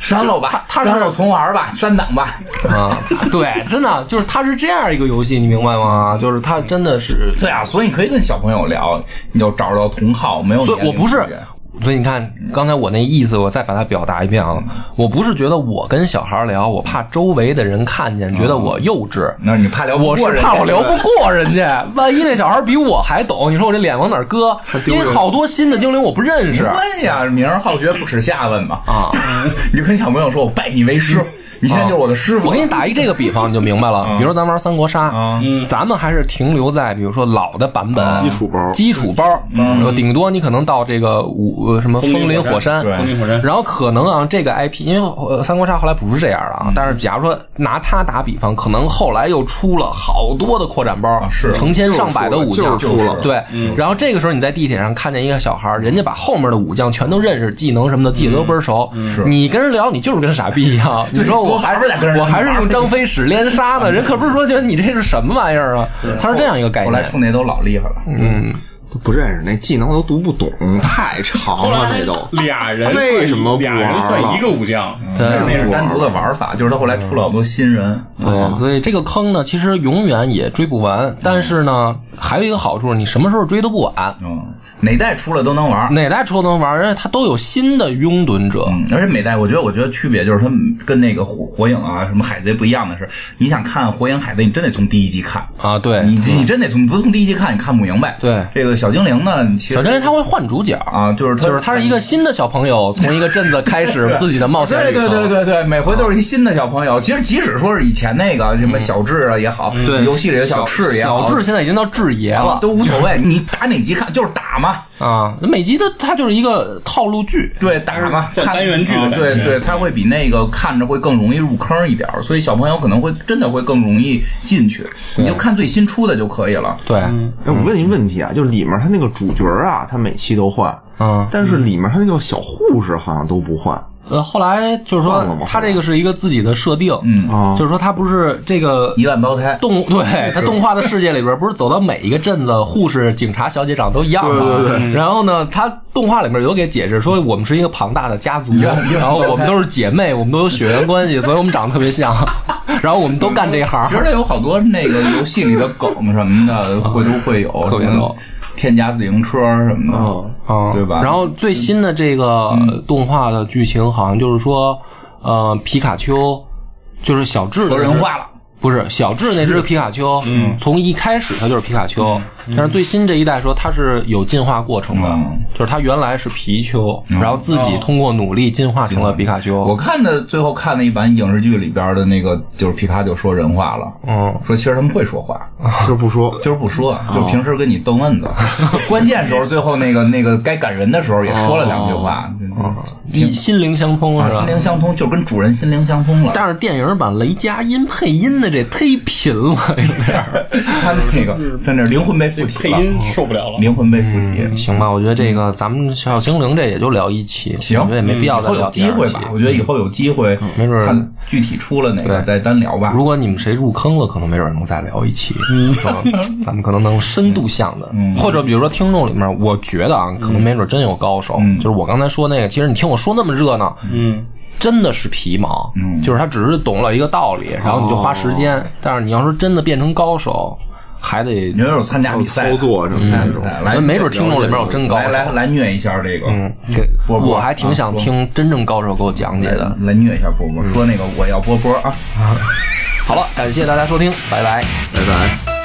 Speaker 1: 删了吧，
Speaker 2: 他他是
Speaker 1: 删了重玩吧，删档吧。
Speaker 2: 啊，对，真的就是它是这样一个游戏，你明白吗？就是它真的是，
Speaker 1: 对啊，所以可以跟小朋友聊，你就找着同好，没有
Speaker 2: 所以我
Speaker 1: 年龄
Speaker 2: 不是
Speaker 1: 区别。
Speaker 2: 所以你看，刚才我那意思，我再把它表达一遍
Speaker 1: 嗯
Speaker 2: 啊。我不是觉得我跟小孩聊，我怕周围的人看见，觉得我幼稚。
Speaker 1: 嗯那你怕聊不
Speaker 2: 我是
Speaker 1: 过人家
Speaker 2: 怕我聊不过人家，万一那小孩比我还懂，你说我这脸往哪儿搁？
Speaker 3: 丢
Speaker 2: 因
Speaker 3: 人
Speaker 2: 为好多新的精灵我不认识。
Speaker 1: 问呀，啊名儿好学不耻下问嘛。
Speaker 2: 啊， 嗯
Speaker 1: 你就跟小朋友说，我拜你为师，你现在就是我的师傅。
Speaker 2: 我给你打一这个比方，你就明白了。比如说咱玩三国杀，
Speaker 1: 嗯
Speaker 2: 咱们还是停留在比如说老的版本，
Speaker 3: 基础包
Speaker 2: 基础包，嗯、顶多你可能到这个五呃什么风林火山，
Speaker 1: 对
Speaker 4: 风林火山
Speaker 2: 然后可能啊这个 IP，因为呃三国杀后来不是这样了啊，但是假如说拿它打比方，可能后来又出了好多的扩展包，
Speaker 1: 是
Speaker 2: 成千上百的武将
Speaker 3: 就是出了就是出了
Speaker 2: 对，然后这个时候你在地铁上看见一个小孩儿，人家把后面的武将全都认识，技能什么的记得都倍儿熟，你跟人聊，你就是跟傻逼一样，你说我
Speaker 1: 多
Speaker 2: 还
Speaker 1: 玩点跟人
Speaker 2: 我还是用张飞使连杀 呢，人可不是说觉得你这是什么玩意儿啊，他是这样一个概
Speaker 1: 后来
Speaker 2: 念。
Speaker 1: 出那都老厉害了，
Speaker 3: 都不认识，那技能都读不懂，太长 了，那都。
Speaker 4: 俩人
Speaker 3: 为什么不
Speaker 4: 俩人
Speaker 1: 啊
Speaker 3: 玩了
Speaker 4: 算一个武将？
Speaker 2: 对
Speaker 1: 那是单独的玩法，就是他后来出了好多新人。
Speaker 2: 对，所以这个坑呢，其实永远也追不完。但是呢，还有一个好处，你什么时候追都不晚。
Speaker 1: 嗯，哪代出了都能玩。
Speaker 2: 哪代出都能玩，而且它都有新的拥趸者。
Speaker 1: 嗯，而且每代我觉得，我觉得区别就是他们跟那个火火影啊、什么海贼不一样的是，你想看火影海贼，你真得从第一集看。
Speaker 2: 啊，对，
Speaker 1: 你你真得从不从第一集看，你看不明白。
Speaker 2: 对
Speaker 1: 这个小精灵呢，你其实
Speaker 2: 小精灵他会换主角
Speaker 1: 啊就是他
Speaker 2: 就是他是一个新的小朋友，从一个镇子开 始自己的冒险
Speaker 1: 对
Speaker 2: 旅程。
Speaker 1: 对对对对，每回都是一新的小朋友。其实即使说是以前那个什么小智啊也好，
Speaker 2: 嗯对
Speaker 1: 游戏里的
Speaker 2: 小
Speaker 1: 智也好，
Speaker 2: 小智现在已经到智爷
Speaker 1: 啊
Speaker 2: 了
Speaker 1: 都无所谓，你打哪集看就是打嘛，
Speaker 2: 啊！每集的它就是一个套路剧，
Speaker 1: 对打嘛，
Speaker 4: 算
Speaker 1: 看
Speaker 4: 嗯单元剧的
Speaker 1: 啊对
Speaker 4: 感觉
Speaker 1: 对，它会比那个看着会更容易入坑一点儿，所以小朋友可能会真的会更容易进去。你就看最新出的就可以了。
Speaker 2: 对，
Speaker 3: 哎，我问一问题啊，就是里面他那个主角啊，他每期都换，
Speaker 2: 嗯
Speaker 3: 但是里面他那个小护士好像都不换
Speaker 2: 呃，后来就是说
Speaker 3: 忘了吧
Speaker 2: 它这个是一个自己的设定，
Speaker 1: 嗯
Speaker 3: 啊
Speaker 2: 就。是说它不是这个
Speaker 1: 一万胞胎，
Speaker 2: 动 对他动画的世界里边，不是走到每一个镇子，护士、警察、小姐长都一样吗？
Speaker 3: 对
Speaker 1: 嗯
Speaker 3: 对
Speaker 2: 然后呢，他动画里面有给解释说，我们是一个庞大的家族，
Speaker 1: 嗯
Speaker 2: 然后我们都是姐妹，我们都有血缘关系，所以我们长得特别像， 然后我们都干这行
Speaker 1: 其。实有好多那个游戏里的梗什么的，会都会有，
Speaker 2: 特别逗，
Speaker 1: 添加自行车什么的，
Speaker 2: 啊，
Speaker 1: 对吧？嗯
Speaker 2: 然后最新的这个动画的剧情好像就是说，呃，皮卡丘就是小智的
Speaker 1: 说人化了。
Speaker 2: 不是小智那只皮卡丘，
Speaker 1: 嗯
Speaker 2: 从一开始它就是皮卡丘，但是最新这一代说它是有进化过程的，
Speaker 1: 嗯哦
Speaker 2: 就是它原来是皮丘，然后自己通过努力进化成了皮卡丘。
Speaker 1: 我看的最后看了一版影视剧里边的那个，就是皮卡就说人话了，
Speaker 2: 嗯，
Speaker 1: 说其实他们会说话，
Speaker 3: 就是不说，
Speaker 1: 就是不说，就平时跟你逗闷子，关键时候最后那个那个该感人的时候也说了两句话，
Speaker 2: 一心灵相通
Speaker 1: 啊
Speaker 2: 是吧
Speaker 1: 心？灵相通，就跟主人心灵相通了。
Speaker 2: 但是电影版雷佳音配音的这忒贫了， 有点儿。
Speaker 1: 他那个在那灵魂被附体
Speaker 4: 配
Speaker 1: 了，
Speaker 4: 音受不了了。
Speaker 1: 灵魂被附体。
Speaker 2: 行吧，我觉得这个咱们小精灵这也就聊一期，
Speaker 1: 行嗯
Speaker 2: 我觉得也没必要
Speaker 1: 以
Speaker 2: 再
Speaker 1: 后
Speaker 2: 聊
Speaker 1: 有
Speaker 2: 第
Speaker 1: 机
Speaker 2: 二
Speaker 1: 会
Speaker 2: 期
Speaker 1: 吧，我觉得以后有机会，
Speaker 2: 嗯没准儿
Speaker 1: 看具体出了哪个
Speaker 2: 对
Speaker 1: 再单聊吧。
Speaker 2: 如果你们谁入坑了，可能没准能再聊一期， 嗯咱们可能能深度向的，
Speaker 1: 嗯
Speaker 2: 或者比如说听众里面，我觉得啊，可能没准真有高手，
Speaker 1: 嗯
Speaker 2: 就是我刚才说那个，其实你听我说那么热闹，
Speaker 4: 嗯，
Speaker 2: 真的是皮毛，
Speaker 1: 嗯
Speaker 2: 就是他只是懂了一个道理，然后你就花时间，但是你要说真的变成高手，还得
Speaker 1: 你。要哦有参加比赛啊的，嗯
Speaker 3: 操作什么的那种。
Speaker 1: 来来
Speaker 2: 没准听众里面有真高
Speaker 1: 来
Speaker 2: 手，
Speaker 1: 来来虐一下这个，
Speaker 2: 嗯，给
Speaker 1: 波波
Speaker 2: 我还挺想听真正高手给我讲解的。
Speaker 1: 啊来虐一下波波，说那个我要波波啊。
Speaker 2: 好了，感谢大家收听，拜拜。
Speaker 3: 拜拜。